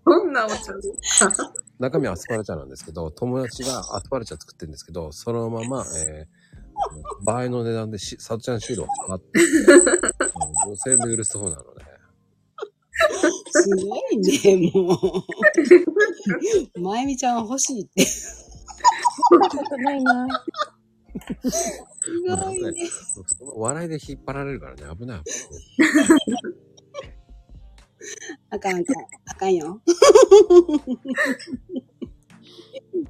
S2: どんなお茶ですか
S1: 中身はアスパラ茶なんですけど、友達がアスパラ茶作ってるんですけど、そのまま、えー、倍の値段でし、佐藤ちゃんシールを買って、 うん5000円で売るそうなのね。
S4: すごいね、 もう。まゆみちゃんは欲しいって。
S3: そんなことないな。
S4: すごいね。
S1: その笑いで引っ張られるからね、危ない。
S4: あかんあかん。あかんよ。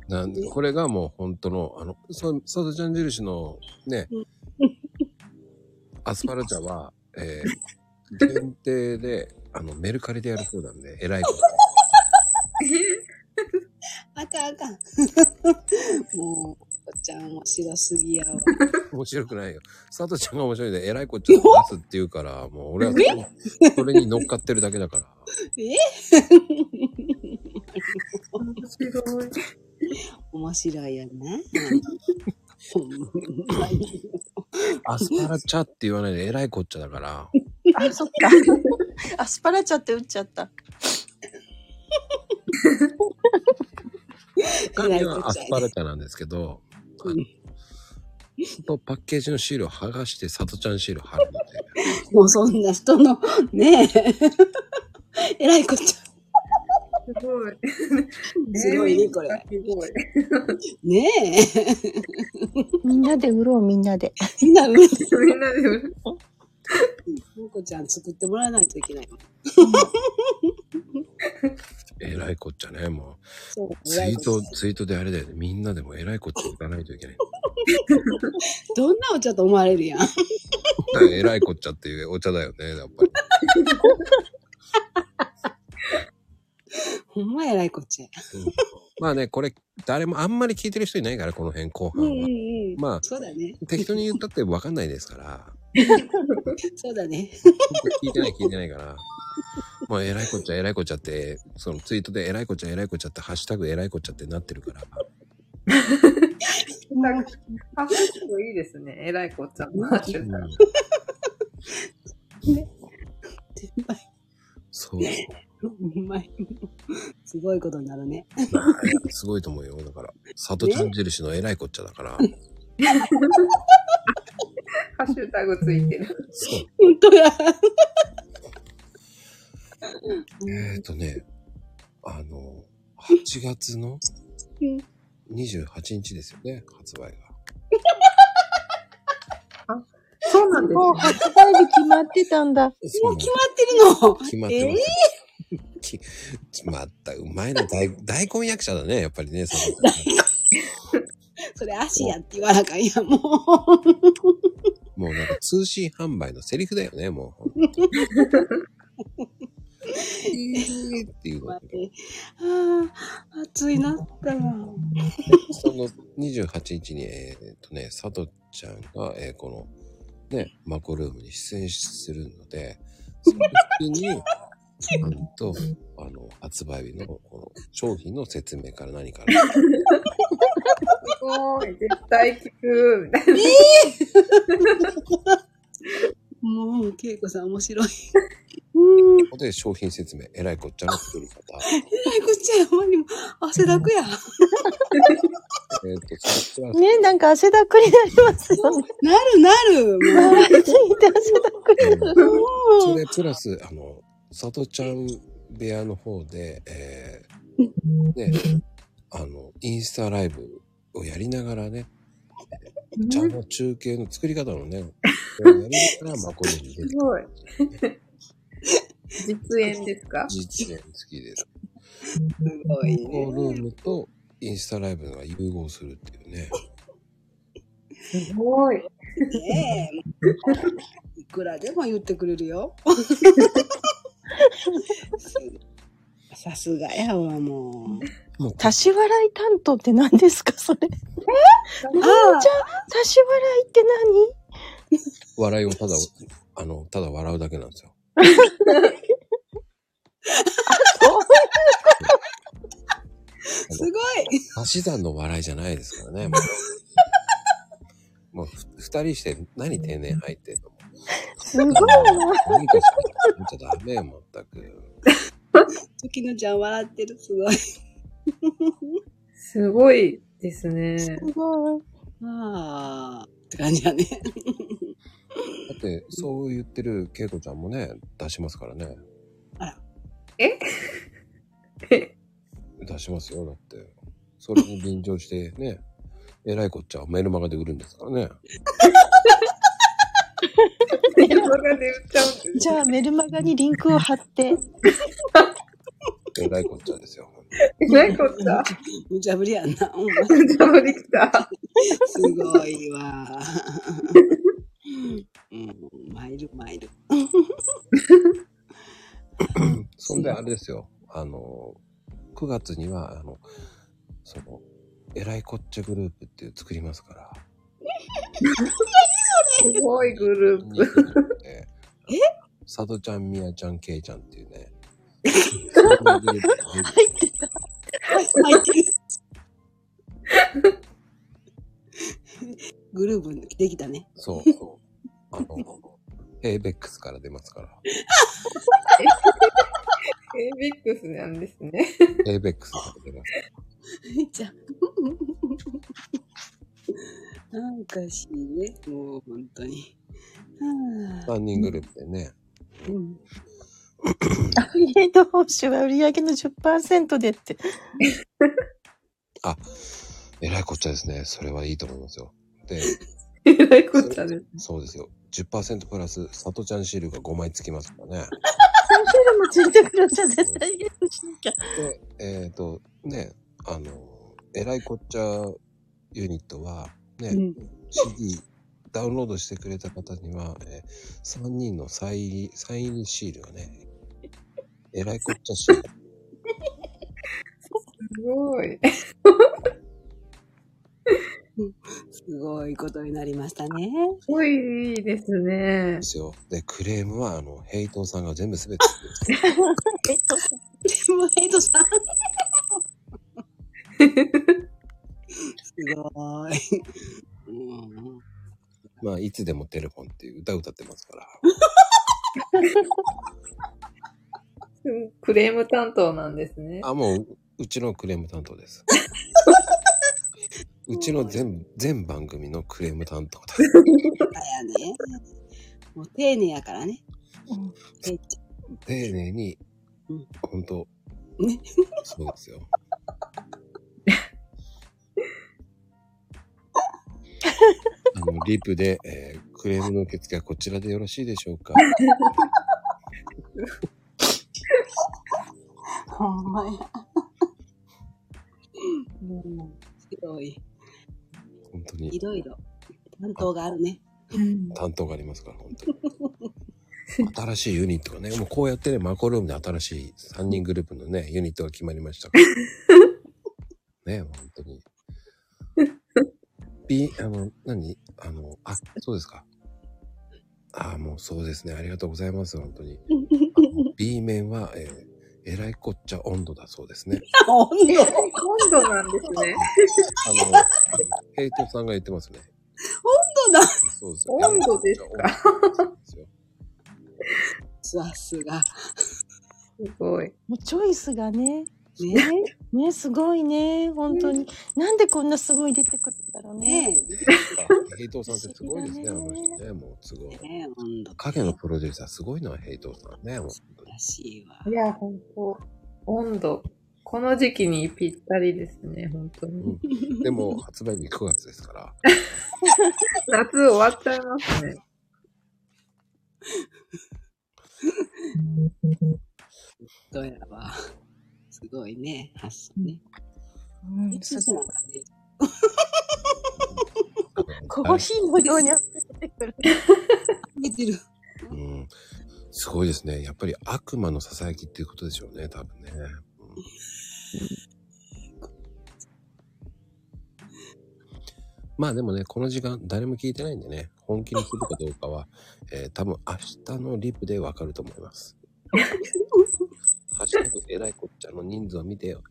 S1: なんで、これがもう本当の、あの、そサトちゃん印のね
S4: うん、
S1: アスパラ茶は、えー、限定で、あの、メルカリでやるそうなんで、偉いこ
S4: あかんあかん。 もう、おっちゃん面白すぎやわ。
S1: と。面白くないよ。サトちゃんが面白いで、偉いこっちゃんが出すって言うから、もう俺はそれそれに乗っかってるだけだから。
S2: 面白い。
S4: 面白いよね。ほんまに
S1: アスパラ茶って言わないで、偉いこっちゃだから。
S3: あ、そっか。アスパラちゃって打っちゃった。
S1: 神はアスパラ茶なんですけど、あのとパッケージのシールを剥がして、サトちゃんシール貼るので。
S4: もうそんな人の、ね え。えらいこっちゃ。
S2: すごい。
S4: すごいね、これ。
S2: すごい。
S4: ねえ。
S3: みんなで売ろう、みんなで。
S4: みんな、うん
S2: みんなで売る、
S4: もこちゃん作ってもらわないといけないもん。
S1: えらいこっちゃね、も
S4: そう
S1: う。ツイート、ツイートであれだよね。みんなでもえらいこっちゃ行かないといけない。
S4: どんなお茶と思われるやん。
S1: だからえらいこっちゃっていうお茶だよね、やっぱり。
S4: ほんまえらいこっちゃや。
S1: うんまあね、これ、誰もあんまり聞いてる人いないから、この辺後
S4: うん
S1: 半
S4: うん
S1: は。
S4: うん。
S1: まあ、
S4: そうだね。
S1: 適当に言ったってわかんないですから。
S4: そうだね。
S1: 聞いてない聞いてないから。まあ、えらいこっちゃ、えらいこっちゃって、そのツイートでえらいこっちゃ、えらいこっちゃって、ハッシュタグえらいこっちゃってなってるから。
S2: なんかあ、そういうのいいですね。えらいこっちゃんの話
S1: う。ん
S4: 先輩
S1: そう。
S4: ほんまにすごいことになるね。
S1: まあいやすごいと思うよ。だから、里ちゃん印のえらいこっちゃだから。
S2: ハッシュタグついてる。
S1: そう。
S4: ほんとや。
S1: えっ、ー、とね、あの、8月の
S4: うん
S1: 28日ですよね、発売が。
S2: そうなんです
S3: もう
S2: ね。
S3: 発売日決まってたんだ。
S1: そ
S4: も
S1: う
S4: う
S1: な
S4: 決まってるの
S1: の決まってます。きまた、うまいな、大 大根役者だね、やっぱりね、佐藤ちゃんね
S4: それ足やって言わなあかんやん、も う。
S1: もうなんか通信販売のセリフだよね、も う。えーっていうこと
S4: 待っ
S1: で。
S4: て。ああ、暑いなったら。
S1: その28日に、えーっとね、佐藤ちゃんが、えーこの、ね、マコルームに出演するので、その時に、ちゃんと、あの、発売日の、この、商品の説明から何から、
S2: すごい。絶対聞く。みたい
S4: もう、恵子さん面白い。
S1: ここで商品説明、えらいこっちゃの作り方、
S4: えらいこっちゃや、ほんまにもう汗だくや。
S1: えーっと、それプラス
S3: ね、なんか汗だくになりますよね。
S4: なるなる。もう
S3: 笑いすぎて汗だくになる。
S1: それプラス、あの、佐藤ちゃん部屋の方で、えー、ね、あの、インスタライブをやりながらね、茶
S2: な。
S1: の中継の作り方の ね、やりながら、まあ、これに出て
S2: す
S1: くる
S2: ごい。実演ですか
S1: 実演付きです。
S4: すごい
S1: コー
S4: ね。
S1: ルームとインスタライブが融合するっていうね。
S2: すごい。
S4: ねえ。いくらでも言ってくれるよ。 さすがやわ、もう。
S1: もう、
S3: 足し笑い担当って何ですか、それ。み
S4: ああ
S3: ーちゃん、足し笑いって何
S1: 笑いをただ、あの、ただ笑うだけなんですよ。
S4: すごい。
S1: 足し算の笑いじゃないですから ね。もう、もうふ二人して何定年入ってん の
S3: すごいな。
S1: 何かしか見ちゃダメよ、まったく。
S4: 時のちゃん笑ってる、すごい。
S2: すごいですね。
S3: すごい。
S4: ああ。って感じやね。
S1: だって、そう言ってる恵子ちゃんもね、出しますからね。出しますよ、だって。それに便乗してね、 えらいこっちゃ、メルマガで売るんですからね。
S2: メルマガで売っちゃうんです
S3: じゃあメルマガにリンクを貼 って、
S1: えらいこっちゃ ですよ。
S2: えらいこっちゃ。
S4: 無茶ぶりやんな。ほんま
S2: 邪魔できた。
S4: すごいわ。うん、マイルマイル。
S1: そんであれですよ。あの、9月には、あの、その、えらいこっちゃグループっていう作りますから。
S2: すごいグループ。
S1: え さとちゃん、みやちゃん、けいちゃんっていう ね。そんなグループが入る
S4: 入ってる。グループできたね。
S1: そうそう。あの、ヘイベックスから出ますから。
S2: エイビックスなんですね。
S1: ヘイベックスから出ます。
S4: じゃあなんかしいね。もう本当に。はあ
S1: 3人グループでね。
S4: うん
S3: アフィリエイト報酬は売り上げの10%で って。
S1: えらいこっちゃですね。それはいいと思いますよ。 で、
S2: えらいこっちゃです。
S1: そうですよ。10%プラス、さとちゃんシールが5枚つきますからね。
S3: サンシェルもついてくるんじゃ絶対いいでしょうか
S1: で、えっ、と、ね、あの、えらいこっちゃユニットは、ね、
S4: うん
S1: CD ダウンロードしてくれた方には、えー、3人のサイン入り、サイン入りシールがね、えらいこっちゃシール。
S2: すごい。
S4: すごいことになりましたね。
S2: すごいいいですね
S1: で。すよ。で、クレームは、あの、ヘイトさんが全部すべて作るんですよ。
S4: でもヘイトさん。すごい。うん
S1: まあ、いつでもテレフォンっていう歌歌ってますから。
S2: クレーム担当なんですね。
S1: あ、もう、うちのクレーム担当 です。うちの全、全番組のクレーム担 当です。
S4: だやね。もう丁寧やからね。ヘイち
S1: 丁寧に
S4: うん、
S1: 本当
S4: ね
S1: そうです よ。あの、リプで、えークレームの受付はこちらでよろしいでしょうか
S4: ゃんほんまや。もう、ひどい。
S1: 本当
S4: い
S1: に
S4: ろいろ。担当があるね。
S2: うん
S1: 担当がありますから、本当に。新しいユニットがね、もうこうやってね、マコルームで新しい3人グループのね、ユニットが決まりましたから。ね、本当に。B、あの、何あの、あ、そうですか。あもうそうですね。ありがとうございます、本当に。あの B 面は、えーえらいこっちゃ温度だそうですね。
S4: 温度
S2: 今度なんですね。
S1: あの、ヘイトさんが言ってますね。
S4: 温度だ
S1: そうです
S2: 温度です
S1: か。温度ですよ
S4: さすが。
S2: すごい。
S3: もうチョイスがね。
S4: ね
S3: ね、すごいね、本当に。なんでこんなすごい出てくるんだろう
S4: え。
S3: ね。
S4: ね
S1: あヘイトーさんってすごいですね、あ
S3: 不
S1: の
S3: 思議だね
S1: 人ね。もうすごい
S4: え。。ねえ、温度。
S1: 影のプロデューサーすごいのはヘイトーさんね。もう
S4: らしいわ。
S2: いや、本当温度。この時期にぴったりですね、本当に。
S1: でも発売日9月です から。
S2: 夏終わっちゃいますね。
S4: どうやら。 すごいね。発想ね。
S3: うん、す
S4: そう
S3: ご
S4: ないんかね。
S3: コーヒーのように出てくる。
S4: 出てる。
S1: うん。すごいですね。やっぱり悪魔のささやきっていうことでしょうね、多分ね。うんまあでもね、この時間誰も聞いてないんでね、本気にするかどうかは、 えー多分明日のリプでわかると思います。ハッシュタグえらいこっちゃの人数を見てよ。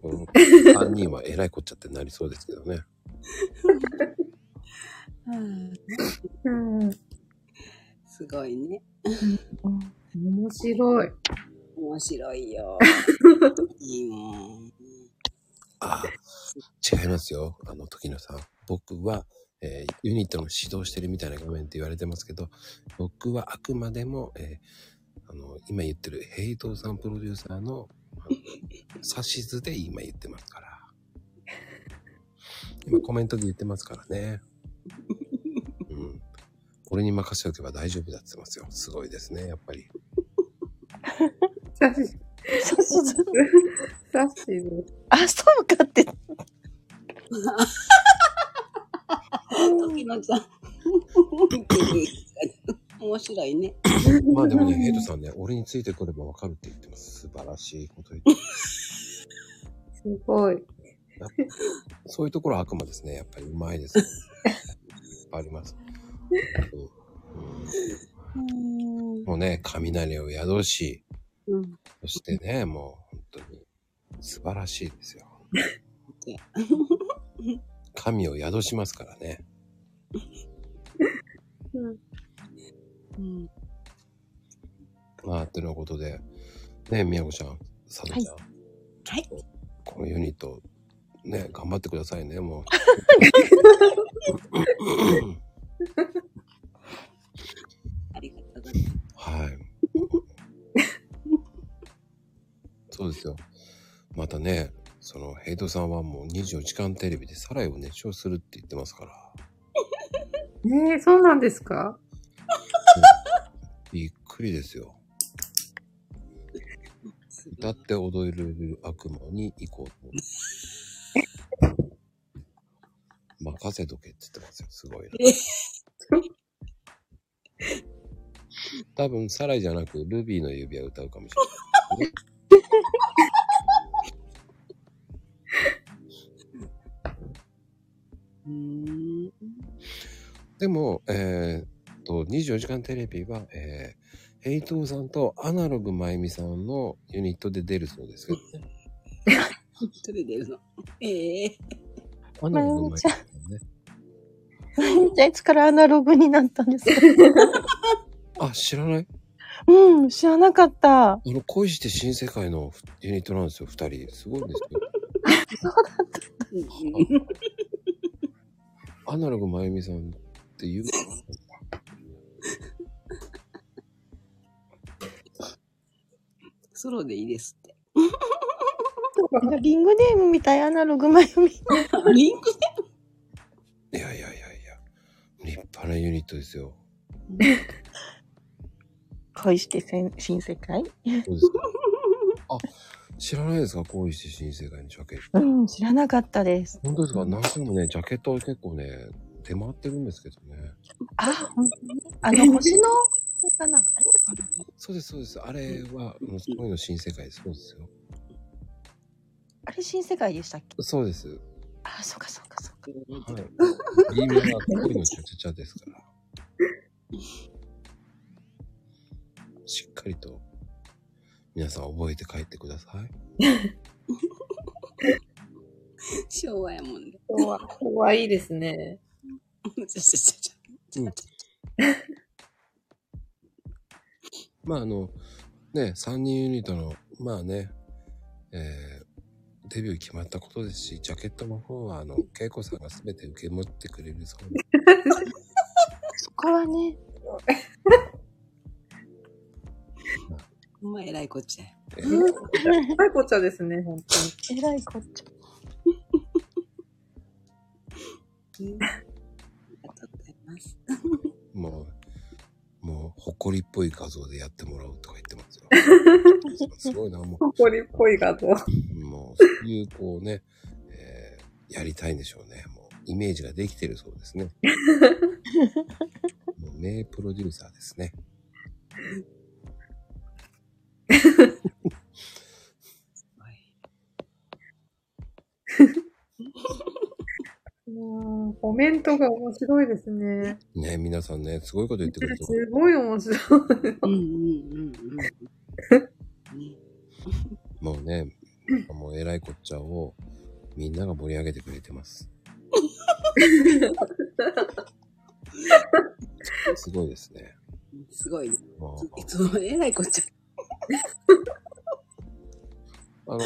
S1: 多分3人はえらいこっちゃってなりそうですけどね。
S4: うん
S2: うん。
S4: すごいね。
S2: 面白い。
S4: 面白い よ。いいもん。
S1: ああ、違いますよ。あの、時のさん。僕は、えーユニットの指導してるみたいな画面って言われてますけど、僕はあくまでも、えーあの、今言ってるヘイトーさんプロデューサーのあの指図で今言ってますから。今コメントで言ってますからね。うん。俺に任せておけば大丈夫だって言ってますよ。すごいですね、やっぱり。
S2: サッシ
S4: そう
S2: サッシーです。
S3: あ、そうかって。
S4: 時々さん。面白いね。
S1: まあでもね、ヘイトさんね、俺についてくればわかるって言ってます。素晴らしいこと言って。
S2: すごい。
S1: そういうところは悪魔ですね。やっぱりうまいです。いっぱいあります。うんもうね、雷を宿し、
S4: うん。
S1: そしてね、もう本当に素晴らしいですよ。神を宿しますからね。
S4: うん。
S1: まあ、ってのことで、ね、みやこちゃん、さとちゃん、
S4: はい。
S1: このユニット、ね、頑張ってくださいね、 もう。
S4: ありがとうございます。
S1: はい。そうですよ。またね、そのヘイトさんはもう24時間テレビでサライを熱唱するって言ってますから。
S2: ねえ、そうなんですか
S1: びっくりですよ。歌って踊れる悪魔に行こうと思って。任せとけって言ってますよ。すごいな。多分、サライじゃなく、ルビーの指輪歌うかもしれない。
S4: うーん。
S1: でも、えーっと、24時間テレビは、えー、ヘイトーさんとアナログまゆみさんのユニットで出るそうですけどね。
S4: 一人で出るの。ええ
S1: アナログまゆみさんね。
S3: じゃあいつからアナログになったんですか
S1: あ、知らない
S3: うん、知らなかった。
S1: あの、恋して新世界のユニットなんですよ、二人。すごいんですよ。
S4: うん
S1: アナログまゆみさんっていう。
S4: ソロでいいですって。
S3: リングネームみたい、アナログまゆみ。
S4: リンク
S1: いやいやいやいや。立派なユニットですよ。
S3: 恋してせん新世界
S1: そうですか。あ、知らないですか恋して新世界のジャケット。
S3: うん、知らなかったです。
S1: 本当ですか何回もね、ジャケットは結構ね、出回ってるんですけどね。
S3: あ、本当にあの、星の、それかなあれ
S1: そうです、そうです。あれは、うん恋の新世界です。そうですよ。
S3: あれ新世界でしたっけ
S1: そうです。は
S3: あ、そうかそうかそうか。
S1: い。B 面は恋のちゃちゃちゃですから。しっかりと、皆さん覚えて帰ってください。
S4: 昭和やも んね。
S2: 今日は、今日はいいですね。
S4: ちょちょちょ
S1: まああの、ね、3人ユニットの、まあね、えーデビュー決まったことですし、ジャケットの方は、あの、恵子さんが全て受け持ってくれるそうで
S3: そこはね、
S4: ほんま偉いこっちゃや。
S1: え
S2: うんはい、こちゃですね、本当に。
S3: えらいこっちゃ。
S4: うんありがとうございます。
S1: もう、もう、誇りっぽい画像でやってもらおうとか言ってます よ。すごいな、も
S2: 誇りっぽい画像。
S1: う、もう、そういう、こうね、えーやりたいんでしょうね。もう、イメージができてるそうですね。もう名プロデューサーですね。
S4: はい
S2: もうコメントが面白いですね。
S1: ね、皆さんね、すごいこと言ってくれてます
S2: すごい面白い。
S4: うんうんうんう
S1: も
S4: ん。ね
S1: うね、もう偉いこっちゃをみんなが盛り上げてくれてます。すごいですね。
S4: すごいね。
S1: も
S4: いつも偉いこっちゃ。
S1: うあの、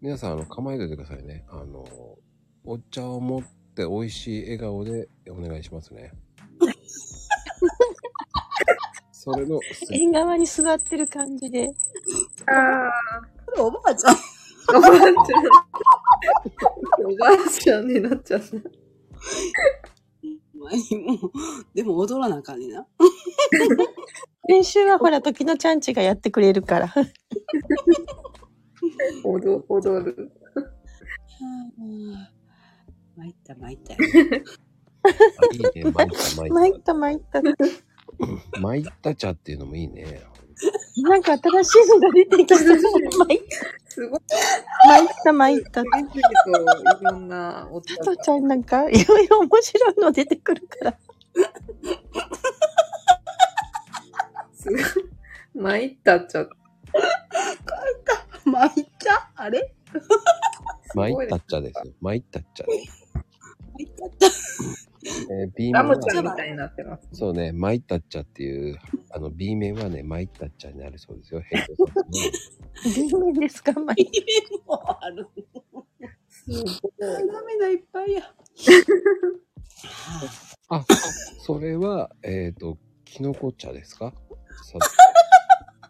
S1: 皆さん、あの、構えておいてくださいね。あの、お茶を持って美味しい笑顔でお願いします ね。それの、
S3: 縁側に座ってる感じで。
S2: ああ、
S4: おばあちゃん。
S2: おばあちゃん。
S4: おばあちゃんになっちゃった。前にもう、でも踊らなあかんねんな。
S3: 練習はほら、時のちゃんちがやってくれるから。
S2: 踊踊る。
S4: 参った参った。
S1: いいね、参った、参
S3: 参
S1: っ
S3: った参った。
S1: た。参った茶っていうのもいいね。
S3: なんか新しいのが出てきた。参っ
S2: すごい、
S3: 参った参った。
S2: 次々といろんな音
S3: 佐藤ちゃんなんか、いろいろ面白いの出てくるから。
S2: すごい。参ったっちゃっ
S4: 参ったあれ
S1: 参った茶ですよ。参った茶。
S4: 参ったった。
S1: えー、B
S2: ラ
S1: 面は、
S2: ムちゃんみたいになってます。
S1: そうね、参った茶っていう、あの B 面はね、参った茶になるそうですよ。平子さんね
S3: 全面です か参っ
S4: 夢もある。
S2: すごい。
S4: 涙いっぱいや。
S1: あ、それは、えっ、と、キノコ茶ですかさ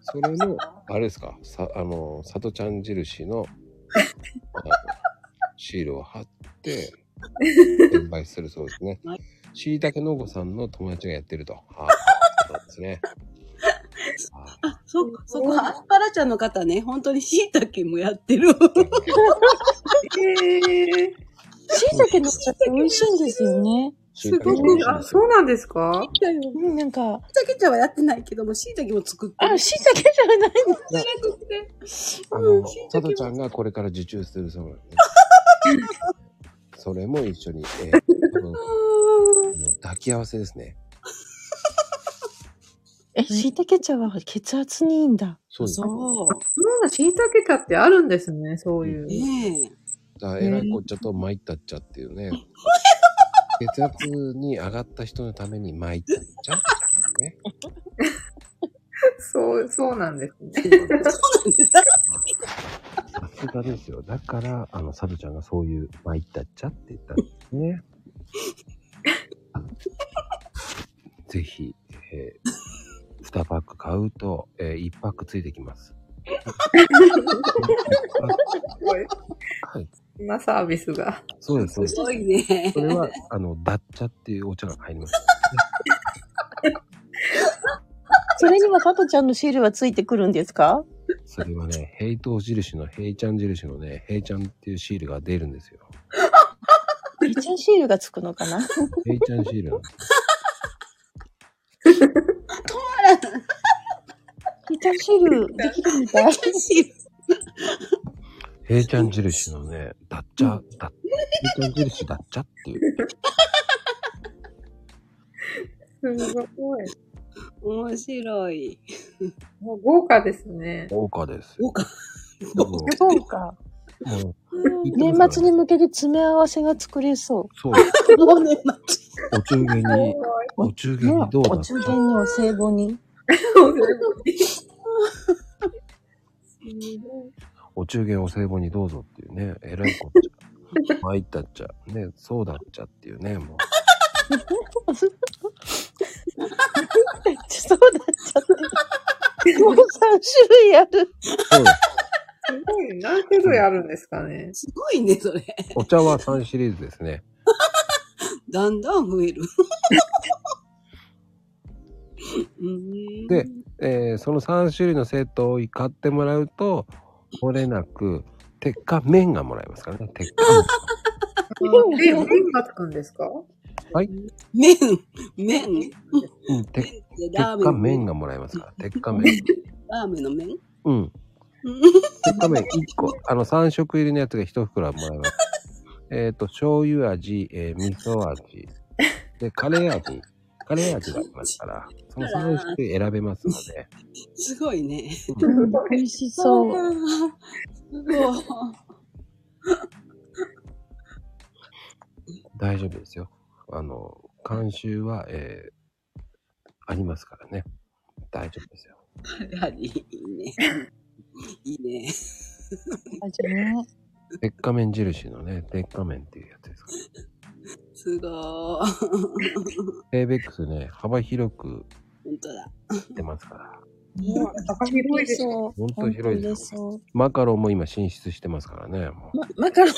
S1: それの、あれですかさ、あの、さとちゃん印の、あのシールを貼って、転売するそうですね
S4: はい。
S1: しいたけのごさんの友達がやってると。あそうなんですね。あ
S4: あ、そ、そこはアスパラちゃんの方ね、本当に椎茸もやってる。
S2: えー、
S3: 椎茸の茶って美味しいんですよね。
S1: す
S2: すごく、あ、そうなんですか
S3: うん、なんか、
S4: 椎茸茶はやってないけども、椎茸も作って
S3: あ、
S4: る。
S3: 椎茸じゃないの
S1: あ
S4: う
S1: の
S4: ん椎、
S1: さと
S4: 茸
S1: ちゃんがこれから受注するそうなんですね。それも一緒に、えー多分あの抱き合わせですね。
S3: え、椎茸茶は血圧にいいんだ。
S1: そうです。
S4: そ
S2: そんな椎茸茶ってあるんですね、そういう
S4: う。。ねえ。
S1: だからえらいこっちゃと参ったっちゃっていうね。 血圧に上がった人のために参ったっちゃっていうね。
S2: そう、そうなんですね。
S1: さすがですよ。だから、あの、サブちゃんがそういう参ったっちゃって言ったんですね。 ぜひ、えー、2パック買うと、えー、1パックついてきます。
S2: すごい。
S1: はい、
S2: そんなサービスが。
S1: そうです、そうです
S4: す。ごいね
S1: そ。れは、あの、ダッチャっていうお茶が入ります。
S3: それには佐藤ちゃんのシールはついてくるんですか
S1: それはね、ヘイト印のヘイちゃん印のね、ヘイちゃんっていうシールが出るんですよ。
S3: めっちゃシールがつくのかな
S1: ヘイちゃんシールなんです。
S3: めっちゃシールできるみたい。
S1: ヘイちゃん印のね、ダッチャ、ダッ、ヘイちゃん印ダッチャっていう。
S2: すごい。
S4: 面白い。
S2: もう豪華ですね。
S1: 豪華です。
S4: 豪華。
S1: でも
S3: そうか。
S1: もう
S3: 年末に向けて詰め合わせが作れそ
S1: そう、
S4: もうね、ま
S1: お中元 に、お中元にどう
S3: う。
S1: だ
S3: お
S1: った
S3: 中元のお歳暮に。
S1: お中元お歳暮にどうぞっていうね、えらいこっちゃ。参ったっちゃ、ね、そうだっちゃっていうね、 もう。
S3: そうだっちゃって。もう3種類ある。
S1: そうです。
S2: すごい。何種類あるんですかね。
S4: すごいね、それ。
S1: お茶は3シリーズですね。
S4: だんだん増える。 うーん
S1: で、えーその3種類のセットを買ってもらうと漏れなく鉄火麺がもらえますからね鉄火麺
S3: うん
S2: え、麺がつくんですか
S4: 麺、麺、
S1: うん鉄
S4: でラ
S1: 鉄
S4: ー
S1: 火
S4: メ
S1: 麺
S4: ン、
S1: がもらえますから鉄火麺
S4: ラーメンの麺
S1: うん鉄火麺1個あの3色入りのやつが1袋もらえますえっと醤油味、えー味噌味でカレー味カレー味がありますからその3種類選べますので、
S4: すごいね。
S3: 美味しそう。
S4: う。すごい。
S1: 大丈夫ですよ。あの、監修は、えーありますからね。大丈夫ですよ。
S4: やはり、いいね。いいね。
S3: 味ね。
S1: 鉄火面印のね、鉄火面っていうやつですから。
S4: すごい。
S1: エイベックスね、幅広く
S4: 本当だ。
S1: 出ますから。
S2: 幅広いですね。
S3: そう。
S1: 本当に広いです
S3: 本当にそう
S1: マカロンも今進出してますからね。もう
S3: ママカロン。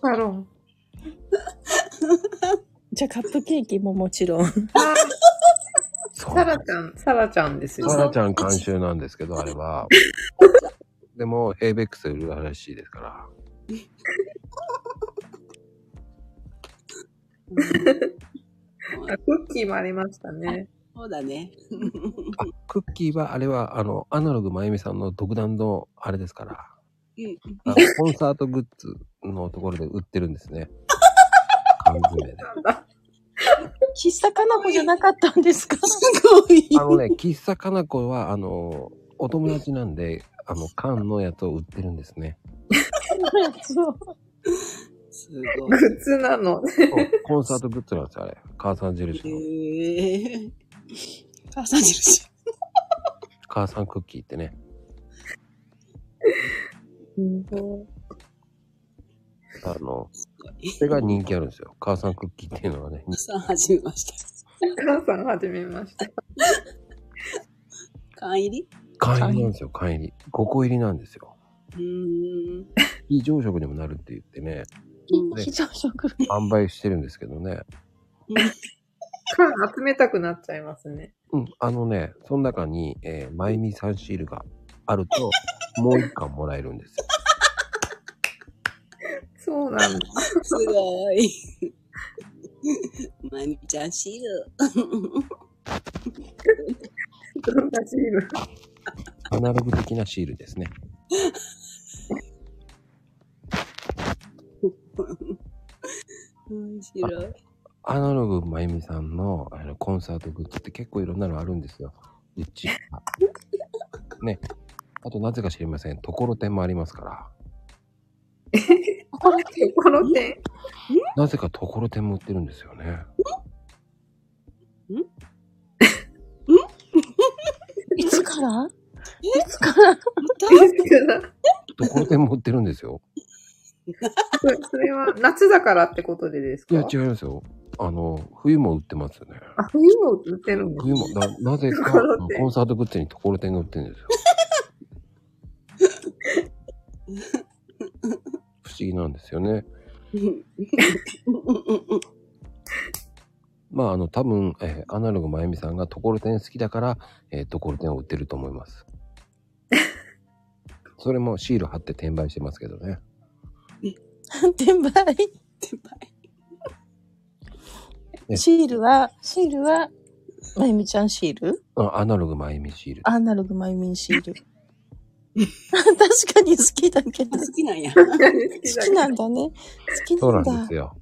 S2: サロン。
S3: じゃあカップケーキももちろん。
S2: あ
S1: そう
S2: サラちゃん、サラちゃんですよ。
S1: サラちゃん監修なんですけど、あれは。でも、ヘイベックス売るらしいですから。
S2: あクッキーもありましたね。
S4: そうだね。
S1: あ、クッキーは、あれは、あの、アナログまゆみさんの独断の、あれですから。
S4: うん
S1: あのコンサートグッズのところで売ってるんですね。缶詰で。
S3: 喫茶かなこじゃなかったんですか
S4: すごい。
S1: あのね、喫茶かなこは、あの、お友達なんで、あの、缶のやつを売ってるんですね。
S3: そう
S4: すご
S2: グッズなの。
S1: そうコンサートグッズなんですよ、あれ。母さん印の。
S4: い。へえ。母さん印。
S1: 母さんクッキーってね。あの、
S4: すごい。
S1: それが人気あるんですよ。母さんクッキーっていうのがね。
S4: 母さん始めました。
S2: 母さん始めました。
S4: 缶入り
S1: 缶入りなんですよ、缶入り。5個入りなんですよ。
S4: うーん。
S1: 非常食にもなるって言ってね、
S3: 非常食。
S1: 販売してるんですけどね。
S2: 缶集めたくなっちゃいますね。
S1: うん、あのね、その中に、えー、まゆみさんシールがあると、もう一巻もらえるんですよ。
S2: そうなんだ。
S4: すごい。 まゆみちゃんシール。
S2: どんなシール
S1: アナログ的なシールですね。
S4: 面白い。
S1: アナログまゆみさんのあのコンサートグッズって結構いろんなのあるんですよ。うちは。ね。あと、なぜか知りません。ところてんもありますから。
S2: ところてん。
S1: なぜかところてんも売ってるんですよね。
S3: いつからいつから
S1: ところてんも売ってるんですよ。
S2: それそれは夏だからってことでです
S1: い
S2: か
S1: や、違いますよ。あの、冬も売ってますよね。
S2: あ、冬も売ってるんです
S1: 冬も、ななぜか
S2: ところてん
S1: コンサートグッズにところてんが売ってるんですよ。不思議なんですよね。まあ、あの、多分、えーアナログまゆみさんがところてん好きだから、えーところてんを売ってると思い ます。それもシール貼って転売してますけどね。
S3: 転売
S1: ね
S3: シールは、シールは、まゆみちゃんシール
S1: あアナログまゆみシール。
S3: アナログまゆみシ ール。確かに好きだけど。
S4: 好
S3: 好
S4: きなんや。
S3: きなんだね。好き
S1: そう
S3: な
S1: なんんで
S3: だ。
S1: す よ。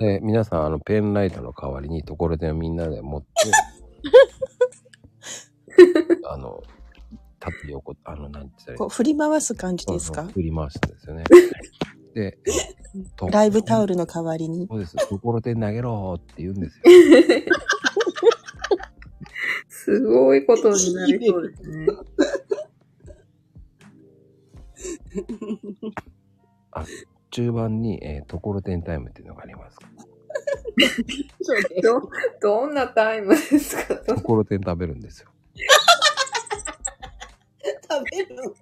S1: で皆さん、あの、ペンライトの代わりにところてんをみんなで 持って、あの、立って横、あの、なんて言ったらいい
S3: こう振り回す感じです
S1: そう
S3: か
S1: そう振り回したんですよ ね。で、と
S3: ライブタオルの代わりに。
S1: そうです。ところてん投げろーって言うんですよ。
S2: すごいことになりそうですね。
S1: 中盤に、えーところてんタイムっていうのがあります。
S2: ど、どんなタイムですか
S1: ところてん食べるんですよ。
S4: 食べるの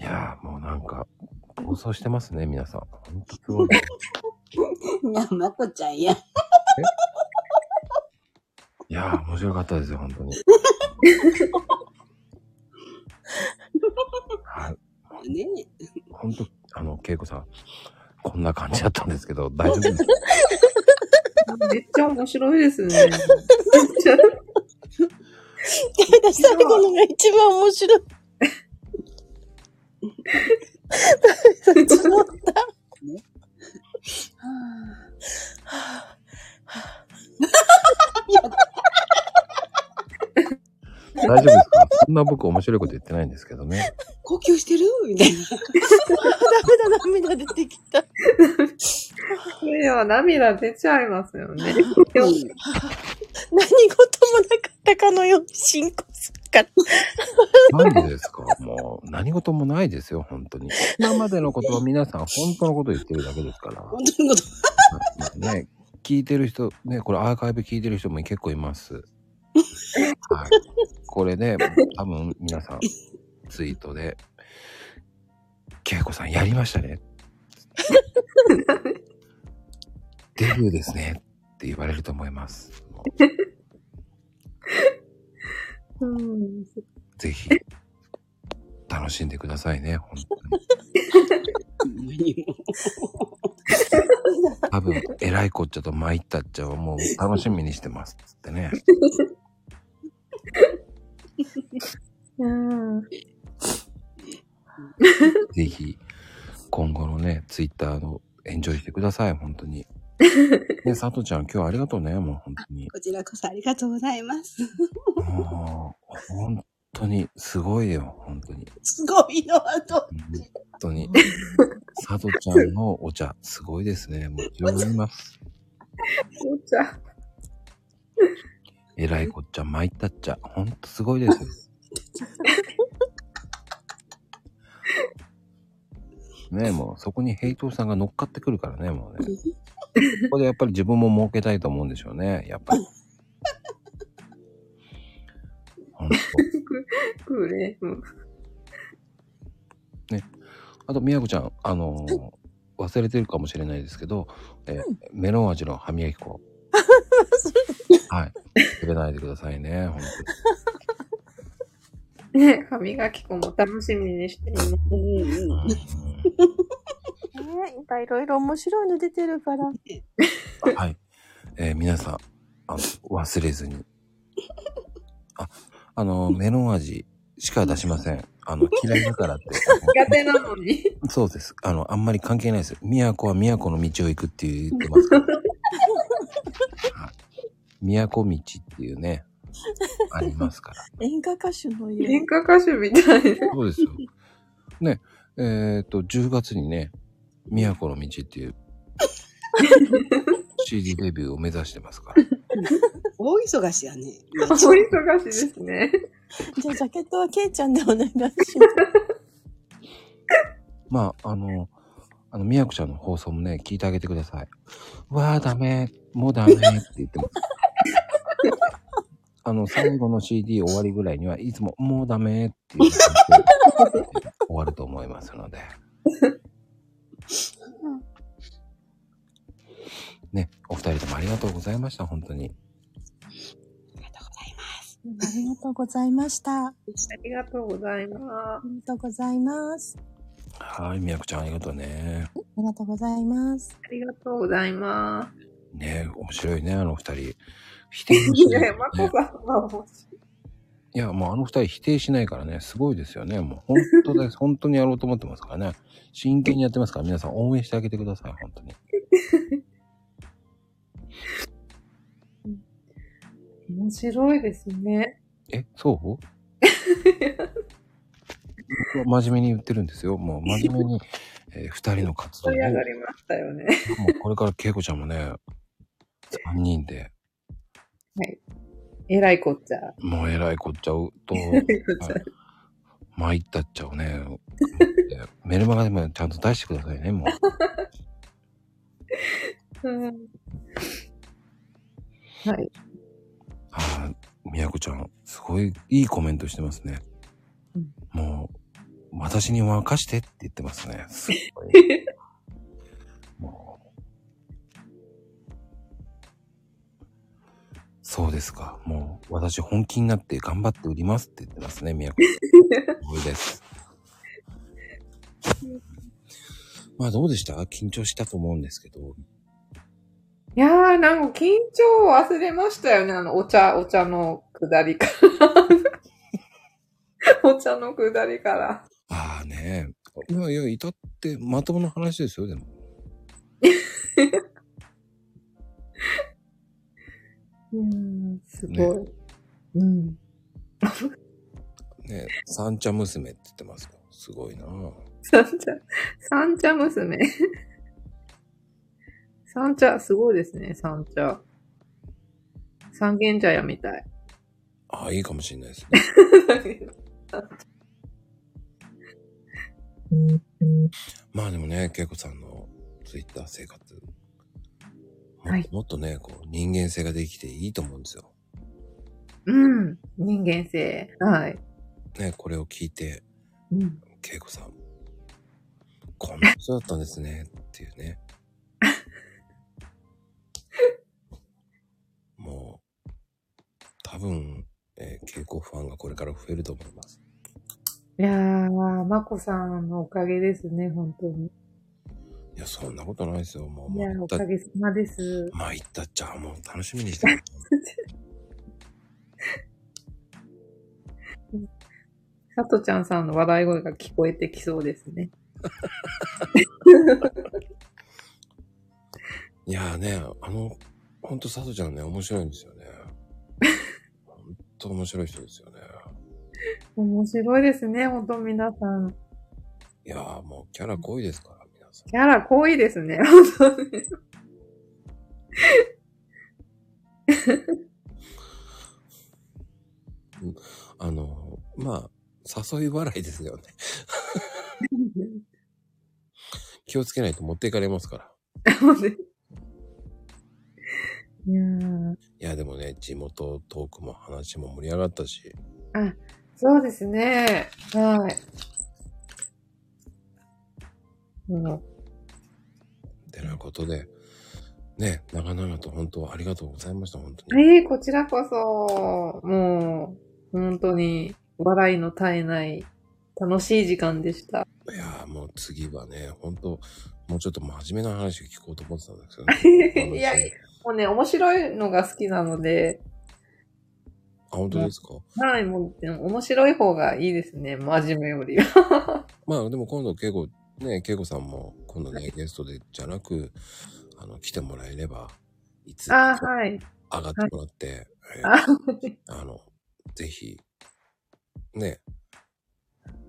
S1: いやーもうなんか、暴走してますね、皆さん。ほんとすごい。
S4: なまこちゃんや。
S1: いやー面白かったですよ、本 当に。はい、
S4: ね
S1: 本当あの、恵子さん、こんな感じだったんですけど、大丈夫ですか
S2: めっちゃ面白いですね。
S3: 最後のが一番面白い。
S1: 大丈夫ですかそんな僕面白いこと言ってないんですけどね。
S4: 呼吸してるみたいな。
S3: ダメだ、涙出てきた。
S2: これは涙出ちゃいますよね。
S3: 何事もなかったかのように進行するから。
S1: なんでですかもう、何事もないですよ、本当に。今までのことは皆さん、本当のこと言ってるだけですから。
S4: 本当のこと。
S1: まあね、聞いてる人、ね、これアーカイブ聞いてる人も結構います。はい。これね、多分皆さん、ツイートで、恵子さんやりましたね。デビューですね。って言われると思います。
S4: うん。
S1: ぜひ、楽しんでくださいね、本
S4: 何も。
S1: 当に。多分、偉いこっちゃと参ったっちゃはもう楽しみにしてます、つってね。
S2: うん。
S1: ぜひ、今後のね、ツイッターのエンジョイしてください、本当に。ね、佐藤ちゃん、今日はありがとうね、もう本当に。
S4: こちらこそありがとうございます。
S1: もう、本当に、すごいよ、本当に。
S4: すごいのはどう
S1: 本当に。佐藤ちゃんのお茶、すごいですね。もう、広がります。
S2: そうじゃん。
S1: 偉いこっちゃ、参ったっちゃ、ほんとすごいですよ。ねえ、もう、そこにヘイトさんが乗っかってくるからね、もうね。ここでやっぱり自分も儲けたいと思うんでしょうね、やっぱり。ほんと
S2: くれ。うん。
S1: あと、みやこちゃん、あのー忘れてるかもしれないですけど、えーメロン味の歯磨き粉。はい。忘れないでくださいね。本
S2: ね、歯磨き粉も楽しみにしています。
S4: うんうん。
S1: 当に
S3: ねえ、今いろいろ面白いの出てるから。
S1: うんはい。えー皆さん、あの、忘れずに。あ、あの、メロン味しか出しません。あの、嫌いだからって。
S2: 苦手なのに。
S1: そうです。あの、あんまり関係ないです。宮古は宮古の道を行くって言ってますから。はい宮古道っていうね、ありますから。
S3: 演歌歌手の家。
S2: 演歌歌手みたいな。
S1: そうですよ。ね、えっ、と、10月にね、宮古の道っていう CD デビューを目指してますから。
S4: 大忙しやね。
S2: お忙しいですね。
S3: じゃあ、ジャケットはケイちゃんでお願いします。
S1: まあ、あの、あの、宮古ちゃんの放送もね、聞いてあげてください。わあ、ダメ、もうダメって言ってます。あの、最後の CD 終わりぐらいには、いつも、もうダメっていう感じで終わると思いますので。ね、お二人ともありがとうございました、本当に。
S4: ありがとうございま
S3: ありがとうございました。あ
S4: す。
S2: ありがとうございま
S3: りがとうございます。
S1: はい、みやこちゃんありがとうね。
S3: ありがとうございます
S2: す。。ありがとうございま
S1: ね面白いね、あの二人。否定も
S2: す。
S1: し
S2: い
S1: ない、
S2: や、
S1: ね。
S2: まこさんはも
S1: いや、もうあの二人否定しないからね、すごいですよね。もう本 当です。本当にやろうと思ってますからね。真剣にやってますから、皆さん応援してあげてください、本当に。
S2: う面白いですね。
S1: え、そう僕は真面目に言ってるんですよ。もう真面目に、えー二人の活動を
S2: 盛り上がりましたよね。
S1: もうこれから恵子ちゃんもね、三人で、
S2: えらいこっちゃ。
S1: もうえらいこっちゃう と、参ったっちゃうね。メルマガでもちゃんと出してくださいね、もう。
S2: うんはい。
S1: ああ、みやこちゃん、すごいいいコメントしてますね。もう、私に任してって言ってますね。すごい。もう。そうですか。もう、私本気になって頑張って売りますって言ってますね、みやこちゃん。すごいです。まあどうでした緊張したと思うんですけど。
S2: いやー、なんか緊張を忘れましたよね。あの、お茶、お茶のくだりから。 お茶のくだりから。
S1: ああねえ。いやいや、至ってまともな話ですよ、でも。
S2: うん、す
S1: ごい。
S2: うん。
S1: ね、三茶娘って言ってますよ。すごいなぁ。
S2: 三茶、三茶娘。 三茶、すごいですね、三茶。三軒茶屋み たい。
S1: ああ、いいかもしれないですね。まあでもね、恵子さんのツイッター生活、
S2: はい
S1: もっとね、こう、人間性ができていいと思うんですよ。
S2: うん。人間性。はい。
S1: ね、これを聞いて、
S2: うん。
S1: 恵子さん、こんな人だったんですね、っていう ね。もう、多分、えー、恵子ファンがこれから増えると思います。
S2: いやー、まこさんのおかげですね、本当に。
S1: いや、そんなことないですよ。もう、
S2: いや
S1: ま
S2: ー、お
S1: った
S2: か、げさまです。
S1: まあ、いったっちゃ、もう楽しみに してます。
S2: さとちゃんさんの笑い声が聞こえてきそうですね。
S1: いやーね、あの、ほんと、さとちゃんね、面白いんですよね。ほんと面白い人ですよね。
S2: 面白いですね、本当皆さん。
S1: いやー、もうキャラ濃いですから、皆さん。
S2: キャラ濃いですね、本当に。
S1: あの、まあ、誘い笑いですよね。気をつけないと持っていかれますから。
S2: いやー
S1: いや、でもね、地元トークも話も盛り上がったし、
S2: そうですね。はい。うん
S1: てなことで、ね、長々と本当ありがとうございました、本当に。
S2: ええこちらこそ、もう、本当に、笑いの絶えない、楽しい時間でした。
S1: いやー、もう次はね、本当もうちょっと真面目な話を聞こうと思ってたんですけど、
S2: いや
S1: あの
S2: もうね、面白いのが好きなので、
S1: あ、本当ですか
S2: はい、もう、でも面白い方がいいですね、真面目よりは。
S1: まあでも今度稽古ね稽古さんも今度ねゲストでじゃなくあの来てもらえればいつ上
S2: あ
S1: が
S2: はい。
S1: ってもらって、えー
S2: あ
S1: あのぜひね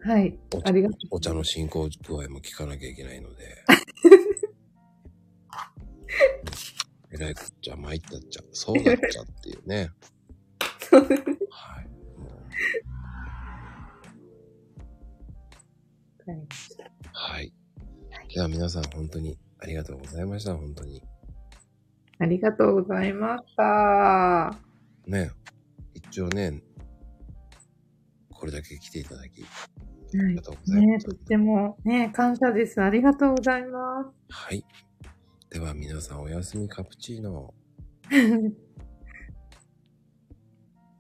S2: はい。
S1: お茶
S2: ありがとう。
S1: お茶の進行具合も聞かなきゃいけないので えらいこっちゃ参ったっちゃそうだっちゃっていうねはいもう
S2: はい
S1: はいでは皆さん本当にありがとうございました本当に
S2: ありがとうございました。
S1: ね、一応ね、これだけ来ていただき、
S2: い
S1: ありがとうございま
S2: ね、
S1: す。
S2: とっても、ね、感謝です。ありがとうございます。
S1: はい。では皆さんおやすみカプチーノ。